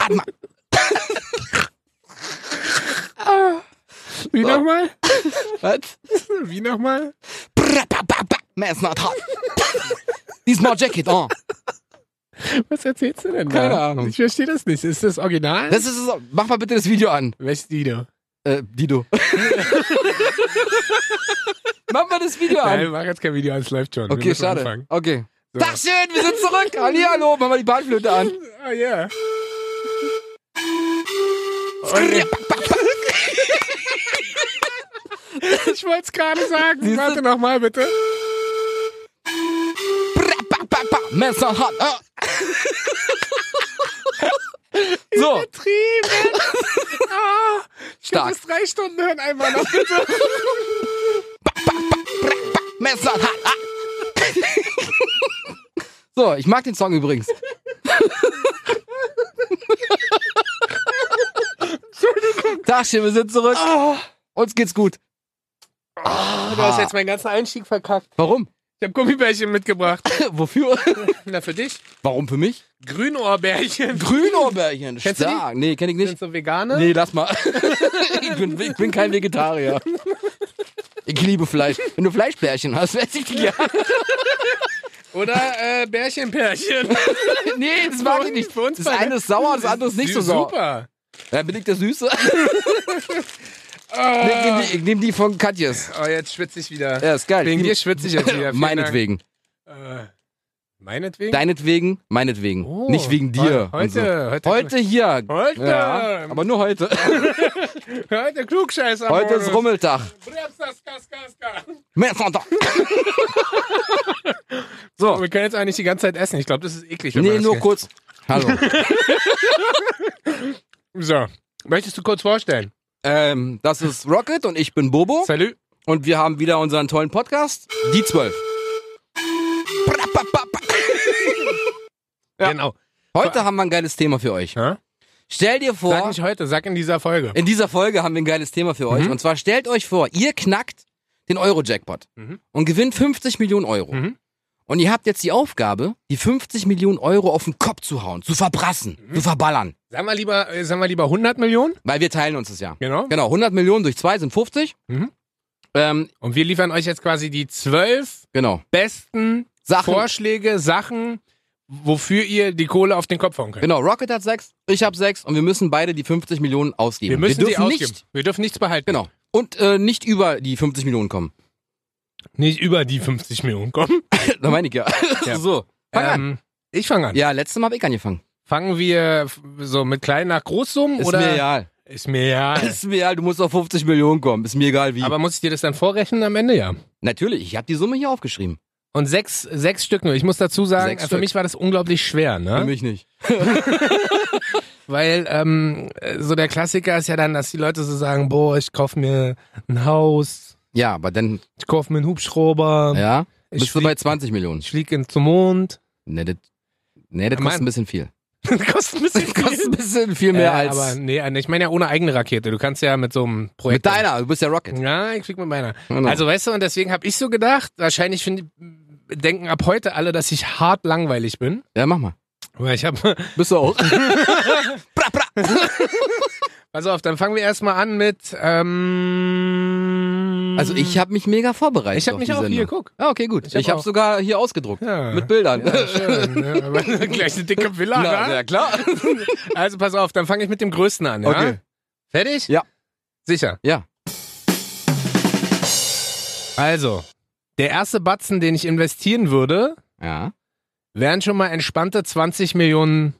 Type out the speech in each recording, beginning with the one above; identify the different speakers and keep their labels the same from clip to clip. Speaker 1: Atma. ah.
Speaker 2: Wie
Speaker 1: So.
Speaker 2: nochmal?
Speaker 1: Was?
Speaker 2: Wie nochmal?
Speaker 1: Brr, ba, ba, ba. Man's not hot. Diesmal Jacket on.
Speaker 2: Was erzählst du denn da?
Speaker 1: Keine Ahnung.
Speaker 2: Ich verstehe das nicht. Ist das Original?
Speaker 1: Das ist es. Mach mal bitte das Video an,
Speaker 2: Welches Video?
Speaker 1: äh, Dido. Mach mal das Video an.
Speaker 2: Nein, mach jetzt kein Video, es läuft schon. Wir
Speaker 1: Okay,
Speaker 2: müssen
Speaker 1: schade.
Speaker 2: anfangen.
Speaker 1: Okay.
Speaker 2: So.
Speaker 1: Tag schön, wir sind zurück. Hallihallo, mach mal die Bahnflöte an.
Speaker 2: Ah, ja. Oh, Ich wollte es gerade sagen.
Speaker 1: Siehst du?
Speaker 2: Warte nochmal, bitte.
Speaker 1: Bra, ba, ba, ba. Man's not hot. Ah. So,
Speaker 2: Trieben. Ah, ich
Speaker 1: Stark.
Speaker 2: kann das drei Stunden hören einmal noch, bitte.
Speaker 1: Man's not hot. Ah. So, ich mag den Song übrigens. Tag schön, wir sind zurück.
Speaker 2: Ah.
Speaker 1: Uns geht's gut.
Speaker 2: du hast jetzt meinen ganzen Einstieg verkackt.
Speaker 1: Warum?
Speaker 2: Ah. Ich habe Gummibärchen mitgebracht.
Speaker 1: Wofür?
Speaker 2: Na, für dich?
Speaker 1: Warum für mich?
Speaker 2: Grünohrbärchen.
Speaker 1: Grünohrbärchen.
Speaker 2: Kennst du die?
Speaker 1: Stark. Nee, kenn ich nicht.
Speaker 2: Sind so Vegane?
Speaker 1: Nee, lass mal. ich, bin, ich bin kein Vegetarier. Ich liebe Fleisch. Wenn du Fleischbärchen hast, esse ich die gerne.
Speaker 2: Oder äh, Bärchenpärchen.
Speaker 1: Nee, das mag ich nicht.
Speaker 2: Für uns
Speaker 1: Das
Speaker 2: beide.
Speaker 1: eine ist sauer, das andere ist nicht so sauer.
Speaker 2: Super.
Speaker 1: Dann bin ich der Süße.
Speaker 2: Ah.
Speaker 1: Ich nehm die- Ich nehme die von Katjes.
Speaker 2: Oh, jetzt schwitze ich wieder.
Speaker 1: Ja, ist geil.
Speaker 2: Wegen dir schwitze ich jetzt wieder. Vielen
Speaker 1: Äh, Meinetwegen.
Speaker 2: Dank. Äh, meinetwegen?
Speaker 1: Deinetwegen, meinetwegen.
Speaker 2: Oh,
Speaker 1: nicht wegen dir.
Speaker 2: Heute,
Speaker 1: und so.
Speaker 2: heute,
Speaker 1: Heute hier.
Speaker 2: Heute.
Speaker 1: Ja, aber nur heute.
Speaker 2: heute Klugscheißer.
Speaker 1: Heute ist Rummeltag. Mensch, Sonntag.
Speaker 2: So, wir können jetzt eigentlich die ganze Zeit essen. Ich glaube, das ist eklig. wenn
Speaker 1: Nee,
Speaker 2: man das
Speaker 1: nur
Speaker 2: geht.
Speaker 1: kurz. Hallo.
Speaker 2: So, möchtest du kurz vorstellen?
Speaker 1: ähm, das ist Rocket und ich bin Bobo.
Speaker 2: Salut.
Speaker 1: Und wir haben wieder unseren tollen Podcast, die 12. Ja.
Speaker 2: Genau.
Speaker 1: Heute haben wir ein geiles Thema für euch.
Speaker 2: Ja?
Speaker 1: Stell dir
Speaker 2: Sag
Speaker 1: vor,
Speaker 2: nicht heute, sag in dieser Folge.
Speaker 1: in dieser Folge haben wir ein geiles Thema für euch.
Speaker 2: Mhm.
Speaker 1: Und zwar stellt euch vor, ihr knackt den Euro-Jackpot
Speaker 2: Mhm.
Speaker 1: und gewinnt 50 Millionen Euro.
Speaker 2: Mhm.
Speaker 1: Und ihr habt jetzt die Aufgabe, die 50 Millionen Euro auf den Kopf zu hauen, zu verbrassen,
Speaker 2: Mhm.
Speaker 1: zu verballern.
Speaker 2: Sagen wir lieber, äh, sagen wir lieber 100 Millionen.
Speaker 1: Weil wir teilen uns das ja.
Speaker 2: Genau.
Speaker 1: Genau, 100 Millionen durch 2 sind 50.
Speaker 2: Mhm.
Speaker 1: Ähm,
Speaker 2: Und wir liefern euch jetzt quasi die zwölf
Speaker 1: genau.
Speaker 2: besten
Speaker 1: Sachen.
Speaker 2: Vorschläge, Sachen, wofür ihr die Kohle auf den Kopf hauen könnt.
Speaker 1: Genau, Rocket hat 6, ich habe 6 und wir müssen beide die 50 Millionen ausgeben.
Speaker 2: Wir müssen sie
Speaker 1: dürfen
Speaker 2: ausgeben.
Speaker 1: nicht
Speaker 2: Wir dürfen nichts behalten.
Speaker 1: Genau. Und äh, nicht über die 50 Millionen kommen.
Speaker 2: Nicht über die 50 Millionen kommen.
Speaker 1: da meine ich ja.
Speaker 2: Ja.
Speaker 1: So. Fang an.
Speaker 2: Ähm, Ich fange an.
Speaker 1: Ja, letztes Mal habe ich angefangen.
Speaker 2: Fangen wir f- so mit klein nach Großsummen
Speaker 1: Ist
Speaker 2: oder?
Speaker 1: mir egal.
Speaker 2: Ist mir ja.
Speaker 1: Ist mir egal, du musst auf 50 Millionen kommen. Ist mir egal wie.
Speaker 2: Aber muss ich dir das dann vorrechnen am Ende? Ja.
Speaker 1: Natürlich, ich habe die Summe hier aufgeschrieben.
Speaker 2: Und sechs, sechs Stück nur. Ich muss dazu sagen, äh,
Speaker 1: Sechs
Speaker 2: für
Speaker 1: Stück.
Speaker 2: mich war das unglaublich schwer,
Speaker 1: Für
Speaker 2: ne?
Speaker 1: mich nicht.
Speaker 2: Weil ähm, so der Klassiker ist ja dann, dass die Leute so sagen, boah, ich kauf mir ein Haus,
Speaker 1: Ja, aber dann,
Speaker 2: ich kauf mir einen Hubschrauber,
Speaker 1: ja,
Speaker 2: ich
Speaker 1: bist du
Speaker 2: flieg-
Speaker 1: bei 20 Millionen.
Speaker 2: ich fliege in- zum Mond.
Speaker 1: Nee, das, nee, das
Speaker 2: Mann.
Speaker 1: kostet ein bisschen viel.
Speaker 2: Kostet ein bisschen
Speaker 1: Das kostet ein bisschen viel
Speaker 2: Äh,
Speaker 1: mehr
Speaker 2: aber
Speaker 1: als
Speaker 2: nee, ich meine ja ohne eigene Rakete. Du kannst ja mit so einem Projekt.
Speaker 1: mit deiner. Du bist ja Rocket.
Speaker 2: Ja, ich flieg mit meiner.
Speaker 1: Genau.
Speaker 2: Also weißt du, und deswegen habe ich so gedacht, wahrscheinlich find, denken ab heute alle, dass ich hart langweilig bin.
Speaker 1: ja, mach mal.
Speaker 2: Weil ich habe,
Speaker 1: Bist du auch? bra, bra.
Speaker 2: pass auf, dann fangen wir erstmal an mit, ähm,
Speaker 1: Also ich habe mich mega vorbereitet.
Speaker 2: ich habe
Speaker 1: auf
Speaker 2: mich
Speaker 1: die
Speaker 2: auch hier,
Speaker 1: Sendung.
Speaker 2: guck.
Speaker 1: Ah, okay, gut.
Speaker 2: Ich hab
Speaker 1: Ich habe
Speaker 2: auch-
Speaker 1: sogar hier ausgedruckt.
Speaker 2: Ja.
Speaker 1: Mit Bildern.
Speaker 2: Ja, schön, ne? Aber Gleich eine dicke Villa,
Speaker 1: Na,
Speaker 2: ne?
Speaker 1: ja, klar.
Speaker 2: Also pass auf, dann fange ich mit dem Größten an, ja?
Speaker 1: Okay.
Speaker 2: Fertig?
Speaker 1: Ja.
Speaker 2: Sicher?
Speaker 1: Ja.
Speaker 2: Also, der erste Batzen, den ich investieren würde,
Speaker 1: Ja.
Speaker 2: wären schon mal entspannte 20 Millionen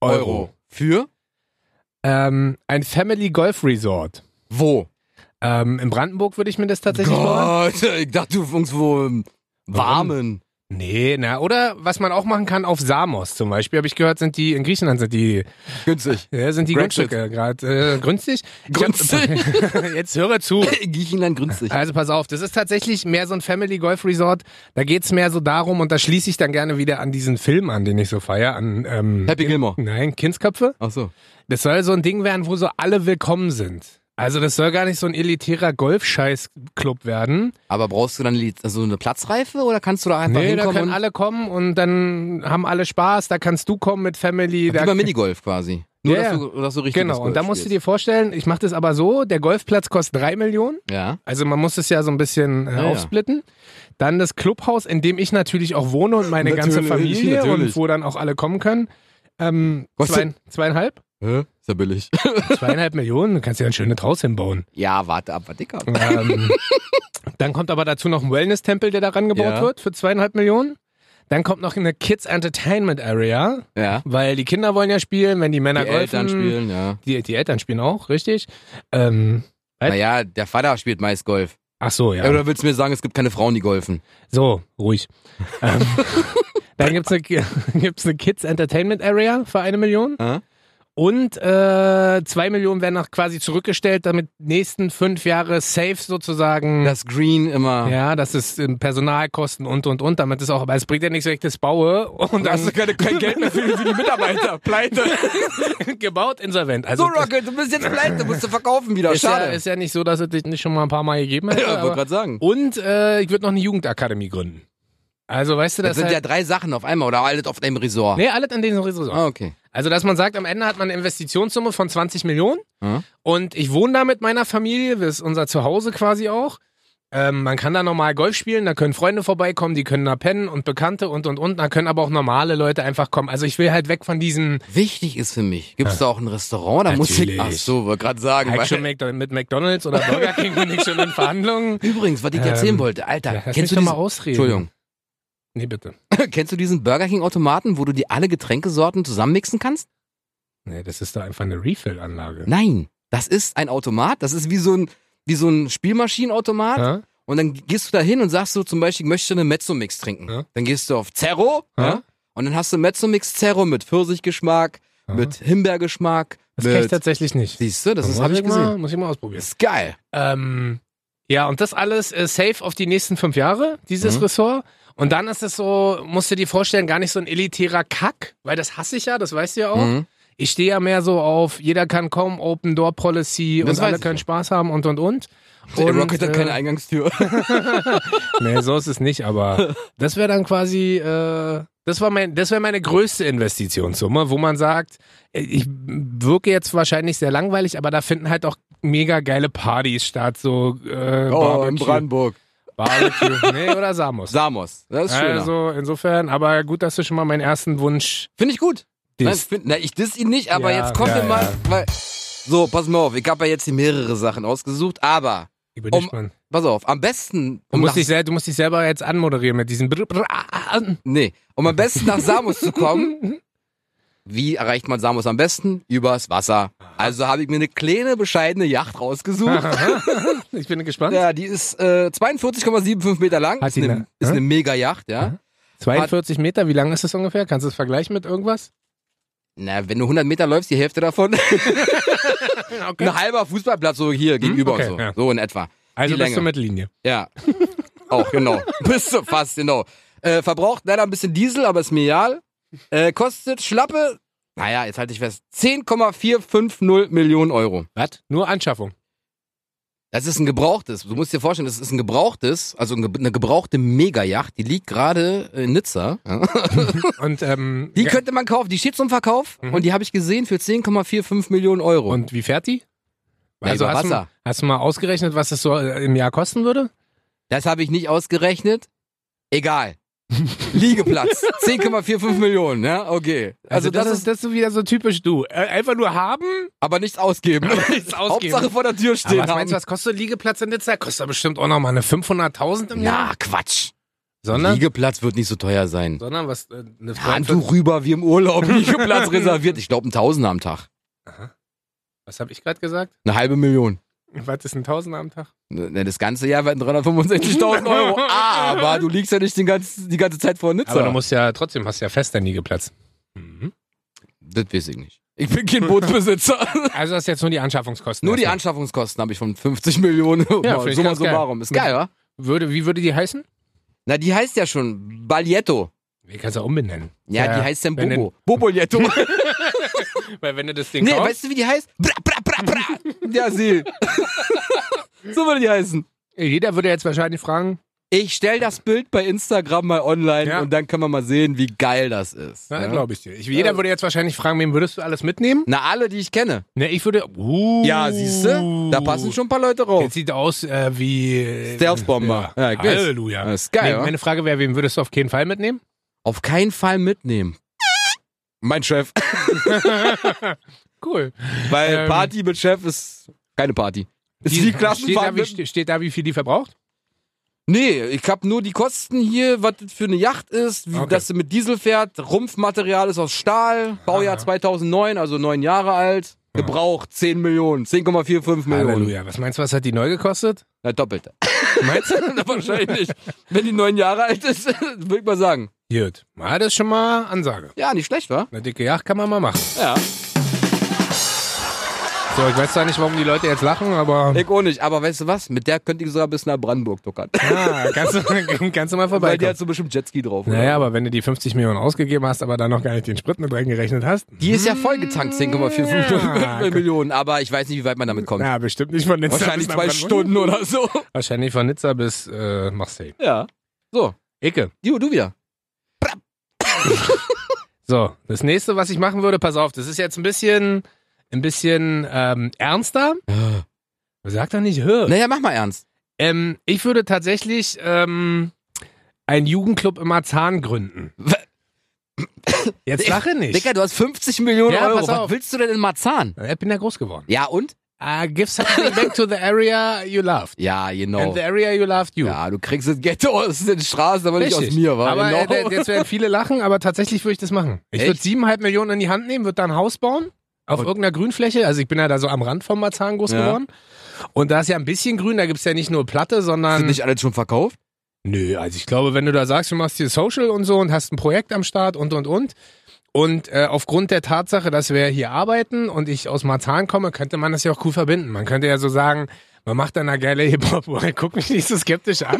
Speaker 2: Euro.
Speaker 1: Für?
Speaker 2: Ähm, ein Family Golf Resort.
Speaker 1: Wo?
Speaker 2: Ähm, in Brandenburg würde ich mir das tatsächlich bauen.
Speaker 1: Gott, ich dachte, du fängst wo im Warmen.
Speaker 2: Nee, na, oder was man auch machen kann auf Samos zum Beispiel, habe ich gehört, sind die, in Griechenland sind die,
Speaker 1: Günstig.
Speaker 2: ja, sind die
Speaker 1: Brexit.
Speaker 2: Grundstücke gerade äh, günstig. Ich Hab,
Speaker 1: Günstig.
Speaker 2: jetzt höre zu.
Speaker 1: In Griechenland günstig.
Speaker 2: Also pass auf, das ist tatsächlich mehr so ein Family Golf Resort. Da geht's mehr so darum, und da schließe ich dann gerne wieder an diesen Film an, den ich so feier, an ähm,
Speaker 1: Happy Gilmore.
Speaker 2: Nein, Kindsköpfe.
Speaker 1: Ach so.
Speaker 2: Das soll so ein Ding werden, wo so alle willkommen sind. Also das soll gar nicht so ein elitärer Golfscheiß-Club werden.
Speaker 1: Aber brauchst du dann li- so eine Platzreife oder kannst du da einfach
Speaker 2: nee, da
Speaker 1: hinkommen?
Speaker 2: können
Speaker 1: und,
Speaker 2: alle kommen und dann haben alle Spaß. Da kannst du kommen mit Family.
Speaker 1: Wie
Speaker 2: Da,
Speaker 1: beim Minigolf quasi. Nur,
Speaker 2: Ja,
Speaker 1: dass,
Speaker 2: ja.
Speaker 1: du, dass du richtig
Speaker 2: Genau, und da musst du dir vorstellen, ich mache das aber so, der Golfplatz kostet 3 Millionen,
Speaker 1: Ja.
Speaker 2: also man muss es ja so ein bisschen äh,
Speaker 1: Ja, ja.
Speaker 2: aufsplitten. Dann das Clubhaus, in dem ich natürlich auch wohne und meine ganze
Speaker 1: Natürlich,
Speaker 2: Familie
Speaker 1: natürlich.
Speaker 2: und wo dann auch alle kommen können. Ähm,
Speaker 1: Kostet-
Speaker 2: zwei, zweieinhalb?
Speaker 1: Hä? Ist ja billig.
Speaker 2: Zweieinhalb Millionen, du kannst ja ein schönes Haus hinbauen.
Speaker 1: Ja, warte ab, war dicker.
Speaker 2: Ähm, dann kommt aber dazu noch ein Wellness-Tempel, der daran gebaut
Speaker 1: Ja.
Speaker 2: wird für zweieinhalb Millionen. Dann kommt noch eine Kids Entertainment Area,
Speaker 1: Ja.
Speaker 2: weil die Kinder wollen ja spielen, wenn die
Speaker 1: Die
Speaker 2: Männer golfen.
Speaker 1: Eltern spielen, ja.
Speaker 2: Die, die Eltern spielen auch, richtig. Ähm, Halt.
Speaker 1: Naja, der Vater spielt meist Golf.
Speaker 2: ach so, ja. Hm.
Speaker 1: Ja. Oder willst du mir sagen, es gibt keine Frauen, die golfen?
Speaker 2: So, ruhig. ähm, dann gibt's eine, gibt's eine Kids Entertainment Area für eine Million.
Speaker 1: Äh?
Speaker 2: Und äh, zwei Millionen werden noch quasi zurückgestellt, damit nächsten fünf Jahre safe sozusagen.
Speaker 1: Das Green immer.
Speaker 2: ja, das ist ähm, Personalkosten und und und, damit ist auch, aber es bringt ja nichts, wenn ich das baue und dann
Speaker 1: keine, kein Geld mehr für, die- für die Mitarbeiter. Pleite.
Speaker 2: gebaut insolvent. Also
Speaker 1: So,
Speaker 2: das
Speaker 1: Rocket, du bist jetzt pleite, musst du verkaufen wieder.
Speaker 2: ist, ja,
Speaker 1: Schade.
Speaker 2: ist ja nicht so, dass es dich nicht schon mal ein paar Mal gegeben hat.
Speaker 1: Ja, wollte
Speaker 2: aber-
Speaker 1: gerade sagen.
Speaker 2: Und äh, ich würde noch eine Jugendakademie gründen. Also weißt du,
Speaker 1: Das
Speaker 2: das
Speaker 1: sind ja
Speaker 2: halt,
Speaker 1: drei Sachen auf einmal oder alles auf einem Resort.
Speaker 2: Nee, alles an diesem Resort.
Speaker 1: Ah, okay.
Speaker 2: Also, dass man sagt, am Ende hat man eine Investitionssumme von 20 Millionen
Speaker 1: Ja.
Speaker 2: und ich wohne da mit meiner Familie, das ist unser Zuhause quasi auch. Ähm, man kann da normal Golf spielen, da können Freunde vorbeikommen, die können da pennen und Bekannte und und und, da können aber auch normale Leute einfach kommen. Also ich will halt weg von diesen
Speaker 1: Wichtig ist für mich, gibt es da auch ein Restaurant? Da muss ich.
Speaker 2: Natürlich.
Speaker 1: Ach so, wollte gerade sagen.
Speaker 2: Halt
Speaker 1: Weil,
Speaker 2: schon Mc- mit McDonalds oder Burger King bin ich schon in Verhandlungen.
Speaker 1: übrigens, was ich dir erzählen
Speaker 2: Ähm,
Speaker 1: wollte, Alter,
Speaker 2: Ja, lass mich
Speaker 1: kennst du
Speaker 2: doch
Speaker 1: diesen,
Speaker 2: mal ausreden.
Speaker 1: Entschuldigung,
Speaker 2: Nee, bitte.
Speaker 1: kennst du diesen Burger King Automaten, wo du dir alle Getränkesorten zusammenmixen kannst?
Speaker 2: Nee, das ist da einfach eine Refill-Anlage.
Speaker 1: Nein, das ist ein Automat. Das ist wie so ein wie so ein Spielmaschinenautomat.
Speaker 2: Ja?
Speaker 1: Und dann gehst du da hin und sagst so zum Beispiel, ich möchte eine Mezzo-Mix trinken.
Speaker 2: Ja.
Speaker 1: Dann gehst du auf Zerro
Speaker 2: Ja.
Speaker 1: ja? und dann hast du Mezzo-Mix Zerro mit Pfirsichgeschmack,
Speaker 2: Ja.
Speaker 1: mit Himbeergeschmack.
Speaker 2: Das kenne ich
Speaker 1: mit-
Speaker 2: tatsächlich nicht.
Speaker 1: Siehst du, das
Speaker 2: Muss
Speaker 1: habe ich
Speaker 2: Mal,
Speaker 1: gesehen.
Speaker 2: muss ich mal ausprobieren.
Speaker 1: Ist geil.
Speaker 2: Ähm, ja, und das alles äh, safe auf die nächsten fünf Jahre, dieses
Speaker 1: Mhm.
Speaker 2: Ressort. Und dann ist es so, musst du dir vorstellen, gar nicht so ein elitärer Kack, weil das hasse ich ja, das weißt du ja auch.
Speaker 1: Mhm.
Speaker 2: Ich stehe ja mehr so auf, jeder kann kommen, Open Door Policy
Speaker 1: Das
Speaker 2: und alle
Speaker 1: weiß ich
Speaker 2: können
Speaker 1: ja.
Speaker 2: Spaß haben und und und.
Speaker 1: Der
Speaker 2: Und,
Speaker 1: Rocket hat
Speaker 2: äh,
Speaker 1: keine Eingangstür.
Speaker 2: Nee, so ist es nicht, aber das wäre dann quasi, äh, das war mein, das wäre meine größte Investitionssumme, wo man sagt, äh, ich wirke jetzt wahrscheinlich sehr langweilig, aber da finden halt auch mega geile Partys statt, so äh,
Speaker 1: Oh,
Speaker 2: Barbecue,
Speaker 1: Brandenburg.
Speaker 2: Barbecue, nee, oder Samos.
Speaker 1: Samos. Das ist schöner.
Speaker 2: also insofern, aber gut, dass du schon mal meinen ersten Wunsch
Speaker 1: Finde ich gut. Nein,
Speaker 2: disst.
Speaker 1: find, na, ich diss ihn nicht, aber
Speaker 2: Ja,
Speaker 1: jetzt kommt
Speaker 2: ja,
Speaker 1: er mal.
Speaker 2: ja.
Speaker 1: Weil, so, pass mal auf. Ich habe ja jetzt hier mehrere Sachen ausgesucht, aber
Speaker 2: Ich bin gespannt.
Speaker 1: pass auf. Am besten.
Speaker 2: Du
Speaker 1: um
Speaker 2: musst,
Speaker 1: nach-
Speaker 2: dich sel- du musst dich selber jetzt anmoderieren mit diesem Brr, Brr, ah, ah, ah.
Speaker 1: Nee, um am besten nach Samos zu kommen. Wie erreicht man Samos am besten? Übers Wasser. Also habe ich mir eine kleine, bescheidene Yacht rausgesucht.
Speaker 2: Ich bin gespannt.
Speaker 1: ja, die ist äh, 42,75 Meter lang.
Speaker 2: Hat
Speaker 1: Ist
Speaker 2: die
Speaker 1: eine,
Speaker 2: eine-
Speaker 1: ist
Speaker 2: Hä?
Speaker 1: eine Mega-Yacht, ja.
Speaker 2: Aha. 42 Meter, wie lang ist das ungefähr? Kannst du das vergleichen mit irgendwas?
Speaker 1: Na, wenn du 100 Meter läufst, die Hälfte davon.
Speaker 2: Okay.
Speaker 1: Ein halber Fußballplatz so hier gegenüber.
Speaker 2: Mhm. Okay,
Speaker 1: so.
Speaker 2: ja.
Speaker 1: so in etwa.
Speaker 2: Also
Speaker 1: die
Speaker 2: bis
Speaker 1: Länge.
Speaker 2: zur Mittellinie.
Speaker 1: Ja. Auch, genau. Bist du fast, genau. Äh, verbraucht leider ein bisschen Diesel, aber ist mir egal. Äh, kostet schlappe, naja, jetzt halte ich fest, 10,450 Millionen Euro.
Speaker 2: Was? Nur Anschaffung.
Speaker 1: Das ist ein gebrauchtes. Du musst dir vorstellen, das ist ein gebrauchtes, also ein ge- eine gebrauchte Megajacht. Die liegt gerade in Nizza. Ja.
Speaker 2: Und, ähm,
Speaker 1: Die
Speaker 2: ja. Mhm.
Speaker 1: könnte man kaufen. Die steht zum Verkauf und die habe ich gesehen für 10,45 Millionen Euro.
Speaker 2: und wie fährt die?
Speaker 1: Ja, über
Speaker 2: hast, du,
Speaker 1: Also Wasser.
Speaker 2: hast du mal ausgerechnet, was es so äh, im Jahr kosten würde?
Speaker 1: Das habe ich nicht ausgerechnet. Egal. Liegeplatz. 10,45 Millionen, ja, okay. Also, das, ist,
Speaker 2: das ist so wieder so typisch du. Äh, einfach nur haben
Speaker 1: aber nichts ausgeben.
Speaker 2: Nichts ausgeben.
Speaker 1: Hauptsache vor der Tür
Speaker 2: Aber
Speaker 1: stehen
Speaker 2: was meinst du,
Speaker 1: haben.
Speaker 2: was kostet Liegeplatz in Nizza? Kostet bestimmt auch nochmal eine 500.000 im Ne? Jahr?
Speaker 1: Na, Quatsch.
Speaker 2: Sondern,
Speaker 1: Liegeplatz wird nicht so teuer sein.
Speaker 2: sondern was? äh, Eine
Speaker 1: Handtuch rüber wie im Urlaub. Liegeplatz reserviert. Ich glaube, ein Tausender am Tag.
Speaker 2: Was habe ich gerade gesagt?
Speaker 1: Eine halbe Million.
Speaker 2: Was ist ein Tausender am Tag?
Speaker 1: Ne, Das ganze Jahr werden 365.000 Euro. Aber du liegst ja nicht den ganzen, die ganze Zeit vor Nizza.
Speaker 2: Aber du musst ja trotzdem, hast ja fest deinen Liegeplatz.
Speaker 1: Mhm. das weiß ich nicht. Ich bin kein Bootsbesitzer.
Speaker 2: Also das ist jetzt nur die Anschaffungskosten.
Speaker 1: Nur die
Speaker 2: erstmal.
Speaker 1: Anschaffungskosten habe ich von 50 Millionen.
Speaker 2: Ja, finde ich
Speaker 1: summa
Speaker 2: ganz geil.
Speaker 1: summarum. Ist geil, wa?
Speaker 2: würde, Wie würde die heißen?
Speaker 1: Na, die heißt ja schon Balietto.
Speaker 2: Ich kann es ja umbenennen.
Speaker 1: Ja, die heißt dann
Speaker 2: wenn
Speaker 1: Bobo. Boboletto.
Speaker 2: Weil wenn du das Ding
Speaker 1: nee,
Speaker 2: kaufst,
Speaker 1: weißt du, wie die heißt? Bra, bra, bra, bra. Ja, sie. so würde die heißen.
Speaker 2: jeder würde jetzt wahrscheinlich fragen,
Speaker 1: Ich stell das Bild bei Instagram mal online
Speaker 2: Ja.
Speaker 1: und dann kann man mal sehen, wie geil das ist.
Speaker 2: Ja,
Speaker 1: ne?
Speaker 2: glaube ich dir. Ich, jeder würde jetzt wahrscheinlich fragen, wen würdest du alles mitnehmen?
Speaker 1: Na, alle, die ich kenne.
Speaker 2: Ne, ich würde. Uh,
Speaker 1: Ja, siehst du? Da passen schon ein paar Leute
Speaker 2: Jetzt
Speaker 1: rauf.
Speaker 2: sieht aus äh, wie.
Speaker 1: Stealth-Bomber.
Speaker 2: Ja,
Speaker 1: Ja, gewiss.
Speaker 2: Halleluja.
Speaker 1: Das ist geil,
Speaker 2: Nee,
Speaker 1: wa?
Speaker 2: meine Frage wäre, wen würdest du auf keinen Fall mitnehmen?
Speaker 1: Auf keinen Fall mitnehmen. Mein Chef.
Speaker 2: Cool.
Speaker 1: Weil
Speaker 2: Ähm,
Speaker 1: Party mit Chef ist keine Party. Ist die,
Speaker 2: steht, da,
Speaker 1: Klassenfahrt
Speaker 2: wie,
Speaker 1: mit
Speaker 2: ste- steht da, wie viel die verbraucht?
Speaker 1: Nee, ich hab nur die Kosten hier, was das für eine Yacht ist, wie,
Speaker 2: Okay.
Speaker 1: dass sie mit Diesel fährt. Rumpfmaterial ist aus Stahl, Baujahr 2009, also neun Jahre alt. Gebraucht 10 Millionen, 10,45 Millionen.
Speaker 2: Halleluja. Was meinst du, was hat die neu gekostet?
Speaker 1: Na, doppelt.
Speaker 2: Meinst du?
Speaker 1: Wahrscheinlich. Wenn die neun Jahre alt ist, würde ich mal sagen.
Speaker 2: Gut. Na, das ist schon mal Ansage.
Speaker 1: Ja, nicht schlecht, wa?
Speaker 2: Eine dicke Yacht kann man mal machen.
Speaker 1: Ja.
Speaker 2: So, ich weiß zwar nicht, warum die Leute jetzt lachen, aber.
Speaker 1: Ich auch nicht. Aber weißt du was? Mit der könnte ich sogar bis nach Brandenburg tuckern.
Speaker 2: Ah, kannst, du, kannst du mal
Speaker 1: Weil die hat
Speaker 2: vorbeikommen.
Speaker 1: so bestimmt Jetski drauf. oder?
Speaker 2: Naja, aber wenn du die 50 Millionen ausgegeben hast, aber dann noch gar nicht den Sprit mit reingerechnet hast.
Speaker 1: Die ist ja vollgetankt, 10,45
Speaker 2: Mm. Ja, gut.
Speaker 1: Millionen. Aber ich weiß nicht, wie weit man damit kommt.
Speaker 2: Na, bestimmt nicht von Nizza
Speaker 1: Wahrscheinlich
Speaker 2: bis nach
Speaker 1: zwei
Speaker 2: Brandenburg.
Speaker 1: Stunden oder so.
Speaker 2: Wahrscheinlich von Nizza bis äh, Marseille.
Speaker 1: Ja. So,
Speaker 2: Ecke.
Speaker 1: Jo, du wieder.
Speaker 2: So, das nächste, was ich machen würde, pass auf, das ist jetzt ein bisschen, ein bisschen ähm, ernster.
Speaker 1: Ah.
Speaker 2: Sag doch nicht, hör.
Speaker 1: Naja, mach mal ernst.
Speaker 2: Ähm, ich würde tatsächlich ähm, einen Jugendclub im Marzahn gründen. Jetzt lache nicht.
Speaker 1: Dicker, du hast 50 Millionen
Speaker 2: Ja,
Speaker 1: Euro.
Speaker 2: pass auf.
Speaker 1: Was willst du denn in Marzahn?
Speaker 2: Ich bin ja groß geworden.
Speaker 1: Ja, und?
Speaker 2: Uh, give something back to the area you loved.
Speaker 1: Ja,
Speaker 2: And
Speaker 1: genau.
Speaker 2: the area you loved you.
Speaker 1: Ja, du kriegst das Ghetto aus den Straßen, aber nicht aus
Speaker 2: Richtig.
Speaker 1: mir, war
Speaker 2: Aber
Speaker 1: genau.
Speaker 2: äh, jetzt werden viele lachen, aber tatsächlich würde ich das machen. Ich
Speaker 1: Echt?
Speaker 2: würde siebeneinhalb Millionen in die Hand nehmen, würde da ein Haus bauen. Auf
Speaker 1: Und-
Speaker 2: irgendeiner Grünfläche. Also ich bin ja da so am Rand vom Marzahn groß
Speaker 1: Ja.
Speaker 2: geworden. Und da ist ja ein bisschen grün, da gibt's ja nicht nur Platte, sondern.
Speaker 1: Sind nicht alle schon verkauft?
Speaker 2: Nö, also ich glaube, wenn du da sagst, du machst hier Social und so und hast ein Projekt am Start und und und. Und äh, aufgrund der Tatsache, dass wir hier arbeiten und ich aus Marzahn komme, könnte man das ja auch cool verbinden. Man könnte ja so sagen, man macht da eine geile Hip-Hop, woher guck mich nicht so skeptisch an.